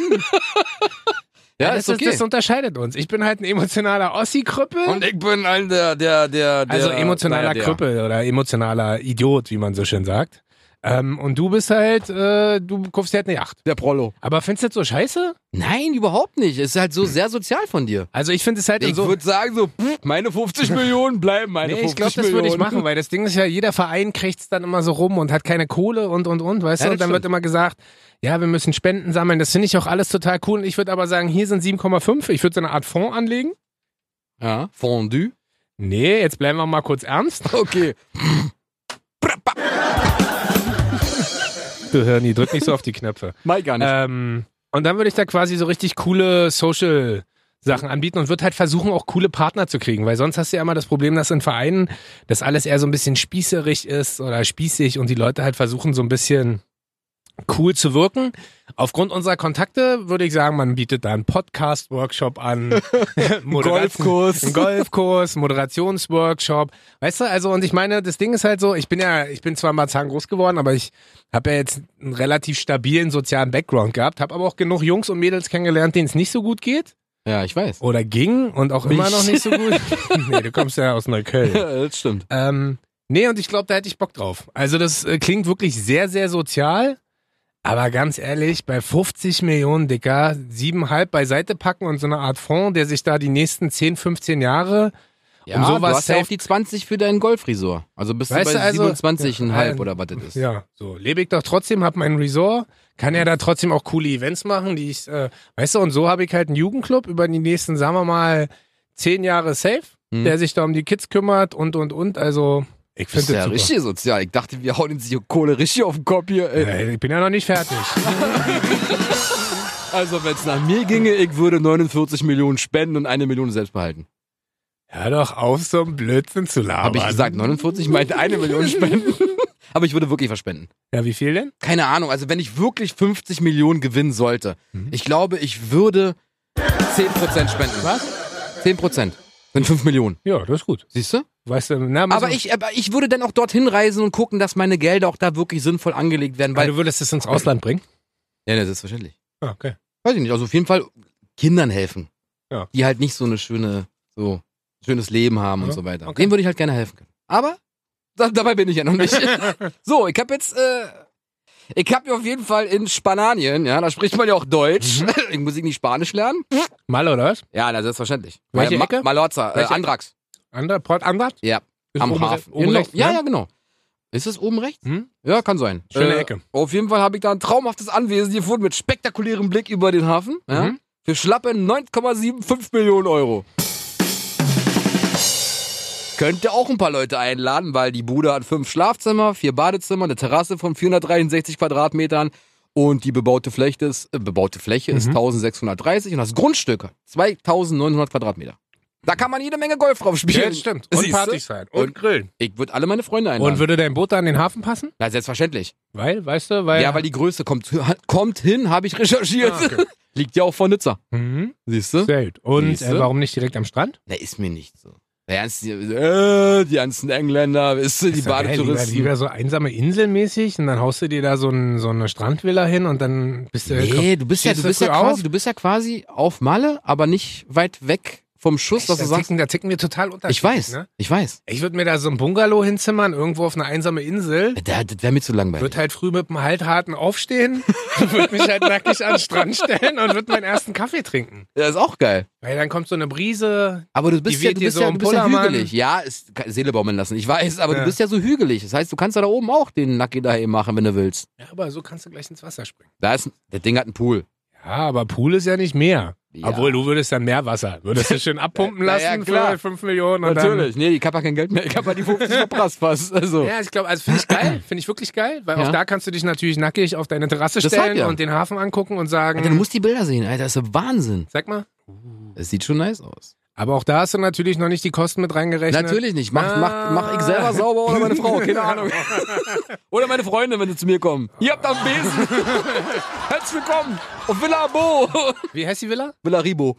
Speaker 1: Ja,
Speaker 2: das,
Speaker 1: ist okay.
Speaker 2: das unterscheidet uns. Ich bin halt ein emotionaler Ossi-Krüppel.
Speaker 1: und ich bin ein der, der, der, der
Speaker 2: Also emotionaler
Speaker 1: naja, der.
Speaker 2: Krüppel oder emotionaler Idiot, wie man so schön sagt. Ähm, und du bist halt, äh, du kaufst dir halt eine Acht.
Speaker 1: Der Prollo.
Speaker 2: Aber findest du das so scheiße?
Speaker 1: Nein, überhaupt nicht. Ist halt so sehr sozial von dir.
Speaker 2: Also ich finde es halt
Speaker 1: Ich
Speaker 2: so.
Speaker 1: würde sagen, so, pff, meine 50 Millionen bleiben meine
Speaker 2: Nee,
Speaker 1: 50
Speaker 2: ich glaube, das
Speaker 1: Millionen.
Speaker 2: würde ich machen, weil das Ding ist ja, jeder Verein kriegt es dann immer so rum und hat keine Kohle und und und, weißt du?
Speaker 1: Ja, das
Speaker 2: Und dann wird
Speaker 1: stimmt.
Speaker 2: immer gesagt, ja, wir müssen Spenden sammeln. Das finde ich auch alles total cool. Und ich würde aber sagen, hier sind 7,5. Ich würde so eine Art Fonds anlegen.
Speaker 1: Ja, Fondue.
Speaker 2: Nee, jetzt bleiben wir mal kurz ernst.
Speaker 1: Okay.
Speaker 2: Du Hirni, drück nicht so auf die Knöpfe.
Speaker 1: Mach ich gar nicht.
Speaker 2: Ähm, und dann würde ich da quasi so richtig coole Social Sachen anbieten und würde halt versuchen, auch coole Partner zu kriegen, weil sonst hast du ja immer das Problem, dass in Vereinen das alles eher so ein bisschen spießerig ist oder spießig und die Leute halt versuchen, so ein bisschen cool zu wirken. Aufgrund unserer Kontakte würde ich sagen, man bietet da einen Podcast-Workshop an, Moderation-
Speaker 1: Golfkurs.
Speaker 2: einen Golfkurs, Moderationsworkshop. Weißt du, also und ich meine, das Ding ist halt so, ich bin ja, ich bin zwar mal zahngroß geworden, aber ich habe ja jetzt einen relativ stabilen sozialen Background gehabt, habe aber auch genug Jungs und Mädels kennengelernt, denen es nicht so gut geht
Speaker 1: Ja, ich weiß.
Speaker 2: oder ging und auch immer
Speaker 1: Mich.
Speaker 2: noch nicht so gut. nee, du kommst ja aus Neukölln.
Speaker 1: Ja, das stimmt.
Speaker 2: Ähm, nee, und ich glaube, da hätte ich Bock drauf. Also das äh, klingt wirklich sehr, sehr sozial. Aber ganz ehrlich, bei 50 Millionen, Dicker, siebenhalb beiseite packen und so eine Art Fonds, der sich da die nächsten 10, 15 Jahre
Speaker 1: Ja,
Speaker 2: Um sowas
Speaker 1: du hast ja auch
Speaker 2: safe-
Speaker 1: die 20 für deinen Golfresort. Also bist
Speaker 2: Weißt
Speaker 1: du
Speaker 2: du,
Speaker 1: bei
Speaker 2: also-
Speaker 1: 27,5
Speaker 2: Ja,
Speaker 1: oder was das ist.
Speaker 2: Ja, so lebe ich doch trotzdem, hab mein Resort, kann ja da trotzdem auch coole Events machen, die ich, äh, weißt du, und so habe ich halt einen Jugendclub über die nächsten, sagen wir mal, zehn Jahre safe,
Speaker 1: Hm.
Speaker 2: der sich da um die Kids kümmert und und und. Also ich
Speaker 1: Das ist
Speaker 2: finde
Speaker 1: ja
Speaker 2: das super.
Speaker 1: richtig sozial. Ich dachte, wir hauen uns die Kohle richtig auf den Kopf hier. Ey.
Speaker 2: Äh, Ich bin ja noch nicht fertig.
Speaker 1: Also, wenn es nach mir ginge, ich würde 49 Millionen spenden und eine Million selbst behalten.
Speaker 2: Hör doch auf, so einen Blödsinn zu labern.
Speaker 1: Habe ich gesagt, 49? Ich meinte eine Million spenden. Aber ich würde wirklich verspenden.
Speaker 2: Ja, wie viel denn?
Speaker 1: Keine Ahnung, also wenn ich wirklich 50 Millionen gewinnen sollte,
Speaker 2: Mhm.
Speaker 1: ich glaube, ich würde 10% spenden. Was? 10%. Sind 5 Millionen.
Speaker 2: Ja, das ist gut.
Speaker 1: Siehst du?
Speaker 2: Weißt du, na,
Speaker 1: Aber ich, aber ich würde dann auch dorthin reisen und gucken, dass meine Gelder auch da wirklich sinnvoll angelegt werden,
Speaker 2: Weil
Speaker 1: weil.
Speaker 2: du würdest es ins Ausland bringen?
Speaker 1: Ja, das ist verständlich.
Speaker 2: Ah, okay.
Speaker 1: Weiß ich nicht. Also auf jeden Fall Kindern helfen.
Speaker 2: Ja.
Speaker 1: Die halt nicht so eine schöne, so schönes Leben haben
Speaker 2: Ja,
Speaker 1: und so weiter.
Speaker 2: okay.
Speaker 1: Denen würde ich halt gerne helfen können. Aber da, dabei bin ich ja noch nicht. so, ich habe jetzt äh, Ich habe mir auf jeden Fall in Spanien, ja, da spricht man ja auch Deutsch.
Speaker 2: Mhm.
Speaker 1: ich muss irgendwie Spanisch lernen.
Speaker 2: Mal oder was?
Speaker 1: Ja, na, selbstverständlich.
Speaker 2: Welche Ecke?
Speaker 1: Malorza, äh,
Speaker 2: Welche Ecke?
Speaker 1: Andrax.
Speaker 2: Ander, Port Andert?
Speaker 1: Ja,
Speaker 2: Ist
Speaker 1: am
Speaker 2: oben re-
Speaker 1: Hafen.
Speaker 2: Oben
Speaker 1: Genau.
Speaker 2: rechts,
Speaker 1: ja,
Speaker 2: ne?
Speaker 1: ja, genau. Ist es oben rechts?
Speaker 2: Hm?
Speaker 1: Ja, kann sein. Äh,
Speaker 2: Schöne Ecke.
Speaker 1: Auf jeden Fall habe ich da ein traumhaftes Anwesen gefunden mit spektakulärem Blick über den Hafen. Ja?
Speaker 2: Mhm.
Speaker 1: Für schlappe 9,75 Millionen Euro. Könnte auch ein paar Leute einladen, weil die Bude hat fünf Schlafzimmer, vier Badezimmer, eine Terrasse von 463 Quadratmetern und die bebaute Fläche ist, äh, bebaute Fläche
Speaker 2: Mhm.
Speaker 1: ist 1630 und das Grundstück hat 2900 Quadratmeter. Da kann man jede Menge Golf drauf
Speaker 2: Ja,
Speaker 1: spielen.
Speaker 2: stimmt. Und
Speaker 1: Siehste?
Speaker 2: Partys sein. Und,
Speaker 1: Und-
Speaker 2: grillen.
Speaker 1: Ich würde alle meine Freunde einladen.
Speaker 2: Und würde dein Boot da an den Hafen passen?
Speaker 1: Na, selbstverständlich.
Speaker 2: Weil, weißt du, weil.
Speaker 1: Ja, weil die Größe kommt, kommt hin, habe ich recherchiert.
Speaker 2: Ah, okay.
Speaker 1: Liegt ja auch vor Nizza.
Speaker 2: Mhm.
Speaker 1: Siehst du?
Speaker 2: Sehr gut. Und
Speaker 1: Siehste?
Speaker 2: äh, warum nicht direkt am Strand?
Speaker 1: Na, ist mir nicht so. Die ganzen, äh, die ganzen Engländer, weißt du, die
Speaker 2: Ist doch geil,
Speaker 1: Badetouristen.
Speaker 2: Lieber, lieber so einsame Inselmäßig und dann haust du dir da so, ein, so eine Strandvilla hin und dann bist du.
Speaker 1: nee, du bist, ja,
Speaker 2: Stehst
Speaker 1: du,
Speaker 2: du
Speaker 1: bist
Speaker 2: früh
Speaker 1: ja quasi,
Speaker 2: auf?
Speaker 1: du bist ja quasi auf Malle, aber nicht weit weg vom Schuss,
Speaker 2: Echt,
Speaker 1: dass du
Speaker 2: da,
Speaker 1: sagst,
Speaker 2: ticken, da ticken wir total unterschiedlich.
Speaker 1: ich weiß,
Speaker 2: Ne?
Speaker 1: ich weiß.
Speaker 2: Ich würde mir da so ein Bungalow hinzimmern, irgendwo auf einer einsamen Insel.
Speaker 1: Da- Das wäre mir zu langweilig.
Speaker 2: Wird halt früh mit einem haltharten aufstehen, wird mich halt nackig an den Strand stellen und wird meinen ersten Kaffee trinken.
Speaker 1: Das ist auch geil.
Speaker 2: Weil dann kommt so eine Brise.
Speaker 1: Aber du bist
Speaker 2: Die
Speaker 1: ja,
Speaker 2: weht
Speaker 1: du
Speaker 2: dir
Speaker 1: bist
Speaker 2: so
Speaker 1: ja,
Speaker 2: am
Speaker 1: du bist ja
Speaker 2: Pullermann.
Speaker 1: hügelig. Ja, ist, Seele baumeln lassen, ich weiß, aber
Speaker 2: Ja.
Speaker 1: du bist ja so hügelig. Das heißt, du kannst ja da oben auch den Nacki daheim machen, wenn du willst.
Speaker 2: Ja, aber so kannst du gleich ins Wasser springen.
Speaker 1: Da ist, das Ding hat einen Pool.
Speaker 2: Ja, aber Pool ist ja nicht Meer.
Speaker 1: Ja.
Speaker 2: Obwohl, du würdest dann Meerwasser. Würdest du schön abpumpen
Speaker 1: Na
Speaker 2: lassen
Speaker 1: ja, klar.
Speaker 2: für 5 Millionen. Und
Speaker 1: Natürlich, nee, ich hab ja kein Geld mehr. Ich hab ja die 50 verprasst fast. Also.
Speaker 2: Dann, ja, ich glaube, also finde ich geil. Finde ich wirklich geil. Weil
Speaker 1: Ja.
Speaker 2: auch da kannst du dich natürlich nackig auf deine Terrasse
Speaker 1: Das sag
Speaker 2: stellen
Speaker 1: ja.
Speaker 2: und den Hafen angucken und
Speaker 1: Alter, du
Speaker 2: sagen,
Speaker 1: musst die Bilder sehen, Alter. Das ist Wahnsinn.
Speaker 2: sag mal.
Speaker 1: Das sieht schon nice aus.
Speaker 2: Aber auch da hast du natürlich noch nicht die Kosten mit reingerechnet. Ah.
Speaker 1: Natürlich nicht. Mach, mach, mach ich selber sauber oder meine Frau, keine Ahnung. Oder meine Freunde, wenn sie zu mir kommen. Ihr habt am Besen. Herzlich willkommen auf Villa Bo.
Speaker 2: Wie heißt die Villa?
Speaker 1: Villa Ribo.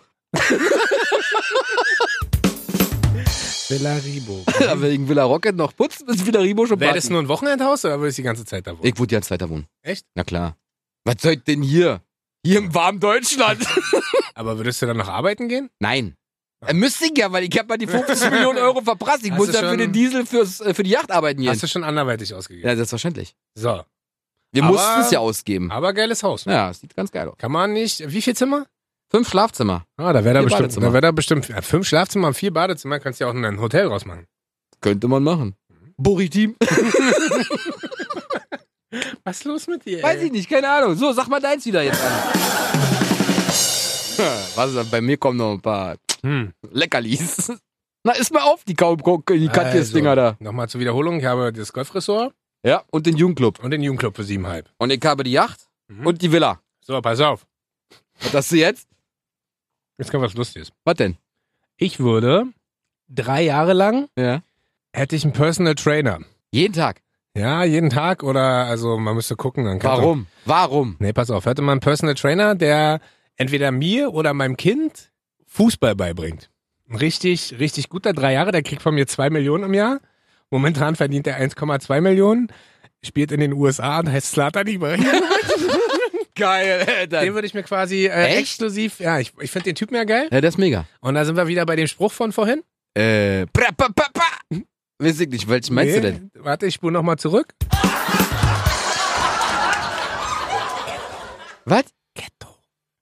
Speaker 2: Villa Ribo.
Speaker 1: Ja, wegen Villa Rocket noch putzen, ist Villa Ribo schon
Speaker 2: Wäre
Speaker 1: backen.
Speaker 2: das nur ein Wochenendhaus oder würdest du die ganze Zeit da wohnen?
Speaker 1: Ich würde ja als Zweiter wohnen.
Speaker 2: Echt?
Speaker 1: Na klar. Was soll ich denn hier? Hier im warmen Deutschland.
Speaker 2: Aber würdest du dann noch arbeiten gehen?
Speaker 1: Nein. Äh, Müsste ich ja, weil ich habe ja die 50 Millionen Euro verprasst. Ich
Speaker 2: Hast
Speaker 1: muss
Speaker 2: du
Speaker 1: ja für
Speaker 2: schon-
Speaker 1: den Diesel fürs, äh, für die Yacht arbeiten gehen.
Speaker 2: Hast du schon anderweitig ausgegeben?
Speaker 1: Ja, selbstverständlich.
Speaker 2: So.
Speaker 1: Wir
Speaker 2: Aber-
Speaker 1: mussten es ja ausgeben.
Speaker 2: Aber geiles Haus.
Speaker 1: Ja, es sieht ganz geil aus.
Speaker 2: Kann man nicht. Wie viel Zimmer?
Speaker 1: Fünf Schlafzimmer.
Speaker 2: Ah, da wäre da
Speaker 1: Vier
Speaker 2: bestimmt.
Speaker 1: Badezimmer.
Speaker 2: Da wäre da bestimmt. Ja, fünf Schlafzimmer und vier Badezimmer kannst du ja auch in ein Hotel rausmachen.
Speaker 1: Könnte man machen. Buri-Team?
Speaker 2: Was ist los mit dir?
Speaker 1: Weiß ich nicht, keine Ahnung. So, sag mal deins wieder jetzt an. Was ist das? Bei mir kommen noch ein paar
Speaker 2: Hm.
Speaker 1: Leckerlis. Na, isst mal auf, die Kaum- die
Speaker 2: Also.
Speaker 1: Katjes-Dinger da.
Speaker 2: Nochmal zur Wiederholung. Ich habe das Golfressort
Speaker 1: Ja, und den Jugendclub.
Speaker 2: und den Jugendclub für siebenhalb.
Speaker 1: Und ich habe die Yacht
Speaker 2: Mhm.
Speaker 1: und die Villa.
Speaker 2: So, pass auf.
Speaker 1: Und das jetzt?
Speaker 2: Jetzt kommt was Lustiges.
Speaker 1: Was denn?
Speaker 2: Ich würde drei Jahre lang
Speaker 1: Ja.
Speaker 2: hätte ich einen Personal Trainer.
Speaker 1: Jeden Tag.
Speaker 2: Ja, jeden Tag oder also man müsste gucken. Dann kannst du-
Speaker 1: Warum? Warum?
Speaker 2: Nee, pass auf, hätte man einen Personal Trainer, der entweder mir oder meinem Kind Fußball beibringt. Ein richtig, richtig guter drei Jahre, der kriegt von mir zwei Millionen im Jahr. Momentan verdient er 1,2 Millionen, spielt in den USA und heißt Slatan Ibrahimovic.
Speaker 1: Geil, Alter.
Speaker 2: Den würde ich mir quasi äh,
Speaker 1: Echt?
Speaker 2: exklusiv, ja, ich, ich finde den Typen ja geil.
Speaker 1: Ja, das ist mega.
Speaker 2: Und da sind wir wieder bei dem Spruch von vorhin.
Speaker 1: Äh, pra, pa, pa, pa. Weiß ich nicht, welchen meinst du
Speaker 2: Nee,
Speaker 1: denn?
Speaker 2: Warte, ich spule nochmal zurück.
Speaker 1: Was?
Speaker 2: Ghetto.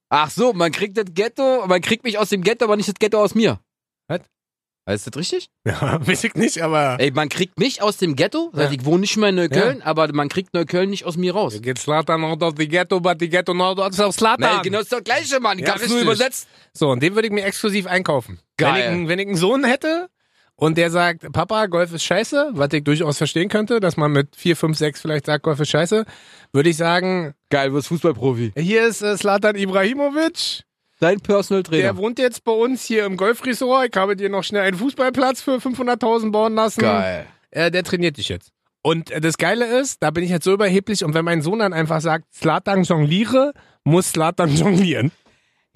Speaker 1: Ach so, man kriegt das Ghetto, man kriegt mich aus dem Ghetto, aber nicht das Ghetto aus mir.
Speaker 2: Was?
Speaker 1: Ist das richtig?
Speaker 2: Ja, weiß ich nicht, aber...
Speaker 1: Ey, man kriegt mich aus dem Ghetto, das heißt, ich wohne nicht mehr in Neukölln, aber man kriegt Neukölln nicht aus mir raus.
Speaker 2: Geht Slatan out of the ghetto, but the ghetto not out of Slatan.
Speaker 1: Nein, genau das ist das Gleiche, Mann. Ich
Speaker 2: Ja,
Speaker 1: hab's nur
Speaker 2: richtig.
Speaker 1: übersetzt.
Speaker 2: So, und den würde ich mir exklusiv einkaufen.
Speaker 1: Geil.
Speaker 2: Wenn ich, einen- wenn ich einen Sohn hätte und der sagt, Papa, Golf ist scheiße, was ich durchaus verstehen könnte, dass man mit 4, 5, 6 vielleicht sagt, Golf ist scheiße, würde ich sagen,
Speaker 1: Geil, du bist Fußballprofi.
Speaker 2: hier ist äh, Zlatan Ibrahimovic,
Speaker 1: Dein Personal Trainer.
Speaker 2: der wohnt jetzt bei uns hier im Golfresort, ich habe dir noch schnell einen Fußballplatz für 500.000 bauen
Speaker 1: Hm.
Speaker 2: lassen.
Speaker 1: Geil.
Speaker 2: Äh, der trainiert dich jetzt. Und äh, das Geile ist, da bin ich jetzt so überheblich und wenn mein Sohn dann einfach sagt, Zlatan jongliere, muss Zlatan jonglieren.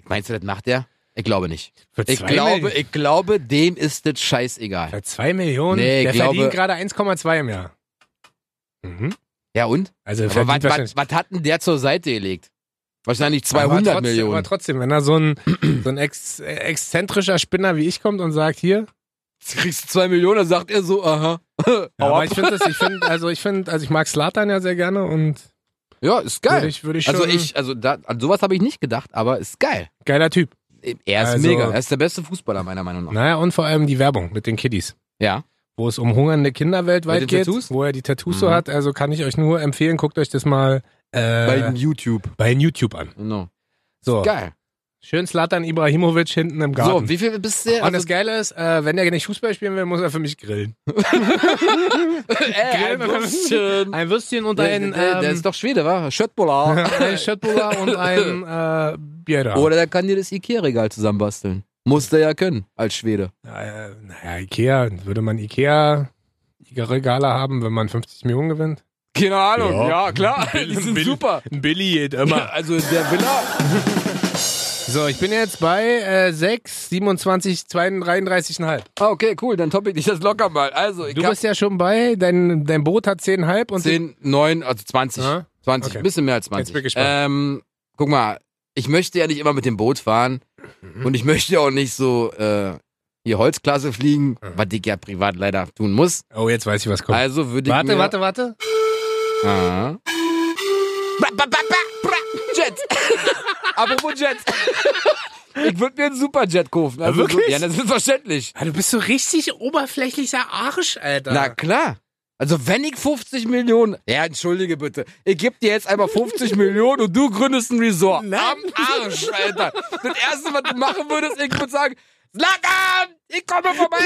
Speaker 1: Meinst du, das macht der? Ich glaube nicht.
Speaker 2: Für
Speaker 1: Ich
Speaker 2: zwei
Speaker 1: glaube,
Speaker 2: Millionen-
Speaker 1: ich glaube, dem ist das scheißegal.
Speaker 2: Für zwei Millionen?
Speaker 1: Nee, ich
Speaker 2: der
Speaker 1: glaube-
Speaker 2: verdient gerade 1,2 im Jahr. Mhm.
Speaker 1: Ja und?
Speaker 2: Also
Speaker 1: Aber
Speaker 2: verdient
Speaker 1: was,
Speaker 2: wahrscheinlich-
Speaker 1: was, was hat denn der zur Seite gelegt? Wahrscheinlich
Speaker 2: aber
Speaker 1: 200
Speaker 2: trotzdem,
Speaker 1: Millionen.
Speaker 2: Aber trotzdem, wenn da so ein, so ein ex, äh, exzentrischer Spinner wie ich kommt und sagt, hier,
Speaker 1: kriegst du zwei Millionen, dann sagt er so, aha.
Speaker 2: ja,
Speaker 1: Hau
Speaker 2: aber
Speaker 1: ab.
Speaker 2: ich finde das, ich finde, also ich finde, also ich mag Slatan ja sehr gerne und
Speaker 1: Ja, ist geil.
Speaker 2: Würde ich, würde ich schon,
Speaker 1: also ich, also da, an sowas habe ich nicht gedacht, aber ist geil.
Speaker 2: Geiler Typ.
Speaker 1: Er ist
Speaker 2: Also-
Speaker 1: mega. Er ist der beste Fußballer meiner Meinung nach.
Speaker 2: Naja, und vor allem die Werbung mit den Kiddies.
Speaker 1: Ja.
Speaker 2: Wo es um hungernde Kinder weltweit
Speaker 1: Mit den
Speaker 2: geht,
Speaker 1: Tattoos?
Speaker 2: wo er die Tattoos
Speaker 1: Mhm.
Speaker 2: so hat. Also kann ich euch nur empfehlen, guckt euch das mal äh,
Speaker 1: Bei
Speaker 2: bei,
Speaker 1: YouTube.
Speaker 2: YouTube an.
Speaker 1: Genau.
Speaker 2: So,
Speaker 1: Geil.
Speaker 2: schön Slatan Ibrahimovic hinten im Garten.
Speaker 1: So, wie viel bist du? Also,
Speaker 2: und das Geile ist, äh, wenn er nicht Fußball spielen will, muss er für mich grillen.
Speaker 1: äh, ein
Speaker 2: Grill-
Speaker 1: Würstchen.
Speaker 2: Ein Würstchen und
Speaker 1: Der,
Speaker 2: ein,
Speaker 1: der, der
Speaker 2: ähm,
Speaker 1: ist doch Schwede, wa? Schöttbola.
Speaker 2: ein Schöttbullar und ein äh, Bjera.
Speaker 1: Oder der kann dir das Ikea-Regal zusammenbasteln. Muss der ja können, als Schwede.
Speaker 2: Äh, naja, Ikea, würde man Ikea Regale haben, wenn man 50 Millionen gewinnt?
Speaker 1: Keine Ahnung,
Speaker 2: Ja.
Speaker 1: klar,
Speaker 2: Billy- Billy- Billy geht
Speaker 1: Also der Villa.
Speaker 2: So, ich bin jetzt bei äh, 6, 27, 32, 33,5.
Speaker 1: Ah, okay, cool, dann topp ich dich das locker mal. Also, ich
Speaker 2: Du
Speaker 1: hab
Speaker 2: bist ja schon bei, dein, dein Boot hat 10,5 und
Speaker 1: 10, 9, also 20.
Speaker 2: Aha. Ah,
Speaker 1: 20,
Speaker 2: Okay.
Speaker 1: ein bisschen mehr als 20.
Speaker 2: Jetzt bin ich gespannt.
Speaker 1: Ähm, guck mal, ich möchte ja nicht immer mit dem Boot fahren
Speaker 2: Mhm.
Speaker 1: und ich möchte auch nicht so äh, hier Holzklasse fliegen,
Speaker 2: Mhm.
Speaker 1: was ich ja privat leider tun muss.
Speaker 2: Oh, jetzt weiß ich, was kommt.
Speaker 1: Also würde ich
Speaker 2: Warte,
Speaker 1: mir...
Speaker 2: warte, warte.
Speaker 1: Ah. Ba, ba, ba, ba, bra, Jet. Apropos Jet. Ich würde mir einen Superjet kaufen. Also
Speaker 2: Ja, wirklich?
Speaker 1: So, ja, das ist verständlich.
Speaker 2: Ah, du bist so richtig oberflächlicher Arsch, Alter.
Speaker 1: Na klar. Also wenn ich 50 Millionen... Ja, entschuldige bitte. Ich gebe dir jetzt einmal 50 Millionen und du gründest ein Resort.
Speaker 2: Nein.
Speaker 1: Am Arsch, Alter. Das Erste, was du machen würdest, ich würde sagen... Slatan, ich komme vorbei.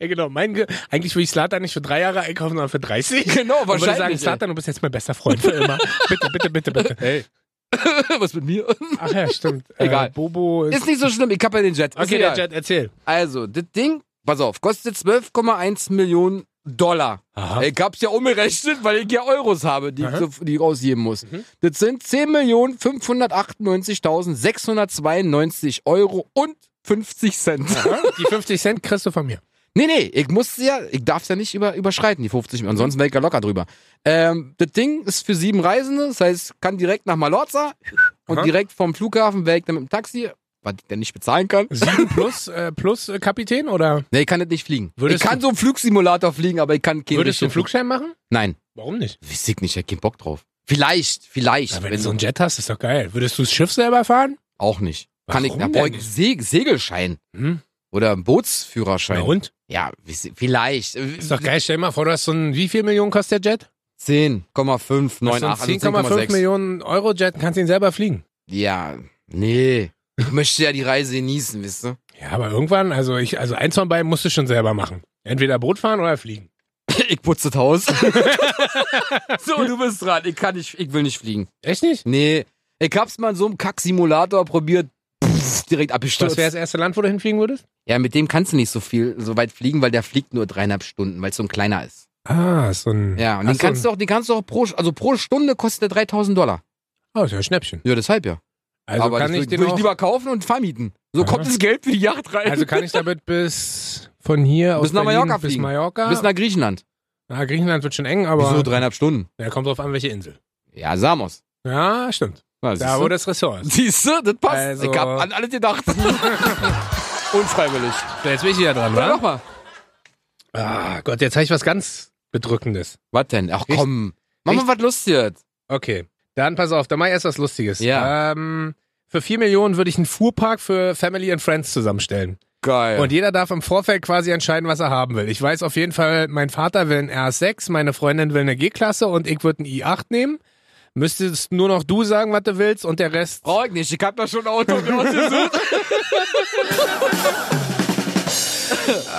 Speaker 2: Ja, genau. Mein Ge Eigentlich will ich Slatan nicht für drei Jahre einkaufen, sondern für 30.
Speaker 1: Genau,
Speaker 2: Und würde sagen,
Speaker 1: wahrscheinlich,
Speaker 2: Slatan, du bist jetzt mein bester Freund für immer. bitte, bitte, bitte, bitte. Hey.
Speaker 1: Was mit mir?
Speaker 2: Ach ja, stimmt.
Speaker 1: Egal.
Speaker 2: Äh, Bobo ist.
Speaker 1: Ist nicht so schlimm, ich hab ja den Jet. Ist
Speaker 2: okay,
Speaker 1: egal.
Speaker 2: der Jet, erzähl.
Speaker 1: Also, das Ding, pass auf, kostet 12,1 Millionen Dollar.
Speaker 2: Aha.
Speaker 1: Ich hab's ja umgerechnet, weil ich ja Euros habe, die, ich,
Speaker 2: Aha. Mhm.
Speaker 1: so, die ich ausgeben muss. Das sind 10.598.692 Euro und 50 Cent.
Speaker 2: Die 50 Cent kriegst du von mir.
Speaker 1: Nee, nee, ich muss ja, ich darf ja nicht über, überschreiten, die 50, ansonsten wäre ich ja locker drüber. Ähm, das Ding ist für sieben Reisende, das heißt, kann direkt nach Malorza und
Speaker 2: Aha.
Speaker 1: direkt vom Flughafen weg dann mit dem Taxi, was ich denn nicht bezahlen kann.
Speaker 2: Sieben plus, äh, plus äh, Kapitän oder
Speaker 1: Nee, ich kann das nicht fliegen.
Speaker 2: Würdest
Speaker 1: ich kann so einen Flugsimulator fliegen, aber ich kann keinen
Speaker 2: würdest du einen
Speaker 1: richtigen Flug-
Speaker 2: Flugschein machen?
Speaker 1: Nein,
Speaker 2: Warum nicht?
Speaker 1: weiß ich nicht, ich hab keinen Bock drauf. Vielleicht, vielleicht.
Speaker 2: wenn du so einen Jet hast, ist doch geil. Würdest du das Schiff selber fahren?
Speaker 1: auch nicht. Kann ich,
Speaker 2: Warum
Speaker 1: na,
Speaker 2: denn
Speaker 1: brauch ich
Speaker 2: nicht?
Speaker 1: Se Segelschein
Speaker 2: Hm?
Speaker 1: oder einen
Speaker 2: Na
Speaker 1: Bootsführerschein.
Speaker 2: und?
Speaker 1: Ja, weiß ich- vielleicht.
Speaker 2: Ist doch geil. Stell dir mal vor, du hast so einen, wie viel Millionen kostet der Jet?
Speaker 1: 10,598,
Speaker 2: Hast
Speaker 1: also
Speaker 2: du einen 10,5
Speaker 1: 10,6.
Speaker 2: Millionen Euro Jet und kannst ihn selber fliegen.
Speaker 1: Ja, nee. Ich möchte ja die Reise genießen, wisst ihr?
Speaker 2: Ja, aber irgendwann, also ich, also eins von beiden musst du schon selber machen. Entweder Boot fahren oder fliegen.
Speaker 1: Ich putze das Haus. so, du bist dran. Ich kann nicht, ich will nicht fliegen.
Speaker 2: Echt nicht?
Speaker 1: Nee. Ich hab's mal in so einem Kack-Simulator probiert. Pff, direkt abgestürzt.
Speaker 2: Was wäre das erste Land, wo du hinfliegen würdest?
Speaker 1: Ja, mit dem kannst du nicht so viel, so weit fliegen, weil der fliegt nur dreieinhalb Stunden, weil es so ein kleiner ist.
Speaker 2: Ah, so ein.
Speaker 1: Ja, und
Speaker 2: Ach
Speaker 1: den
Speaker 2: so,
Speaker 1: kannst du auch, den kannst du auch pro, also pro Stunde kostet der 3000 Dollar.
Speaker 2: Oh, ist ja ein Schnäppchen.
Speaker 1: Ja, deshalb ja.
Speaker 2: Also
Speaker 1: Aber
Speaker 2: kann
Speaker 1: das
Speaker 2: ich
Speaker 1: würd-
Speaker 2: den
Speaker 1: würd ich
Speaker 2: auch,
Speaker 1: lieber kaufen und vermieten. So
Speaker 2: Aha.
Speaker 1: kommt das Geld für die Yacht rein.
Speaker 2: Also kann ich damit bis von hier
Speaker 1: Bis
Speaker 2: aus
Speaker 1: nach
Speaker 2: Berlin
Speaker 1: Mallorca
Speaker 2: bis
Speaker 1: fliegen.
Speaker 2: Mallorca.
Speaker 1: bis nach Griechenland.
Speaker 2: Na, Griechenland wird schon eng, aber.
Speaker 1: Wieso dreieinhalb Stunden?
Speaker 2: Ja, kommt drauf an, welche Insel.
Speaker 1: Ja, Samos.
Speaker 2: Ja, stimmt.
Speaker 1: Ja,
Speaker 2: Da, wo das Ressort ist.
Speaker 1: Siehst du, das passt.
Speaker 2: Also-
Speaker 1: Ich hab an alles gedacht. Unfreiwillig.
Speaker 2: So, Jetzt bin ich wieder dran,
Speaker 1: Ja?
Speaker 2: wa?
Speaker 1: Nochmal.
Speaker 2: Ah, Gott, jetzt habe ich was ganz Bedrückendes.
Speaker 1: Was denn? Ach
Speaker 2: Richt-
Speaker 1: komm. Mach mal was Lustiges.
Speaker 2: Okay, dann pass auf, dann mach ich erst was Lustiges.
Speaker 1: Ja.
Speaker 2: Ähm, für 4 Millionen würde ich einen Fuhrpark für Family and Friends zusammenstellen.
Speaker 1: Geil.
Speaker 2: Und jeder darf im Vorfeld quasi entscheiden, was er haben will. Ich weiß auf jeden Fall, mein Vater will einen RS6, meine Freundin will eine G-Klasse und ich würde einen i8 nehmen. Müsstest nur noch du sagen, was du willst und der Rest.
Speaker 1: Brauch ich nicht. Ich hab da schon ein Auto mir ausgesucht.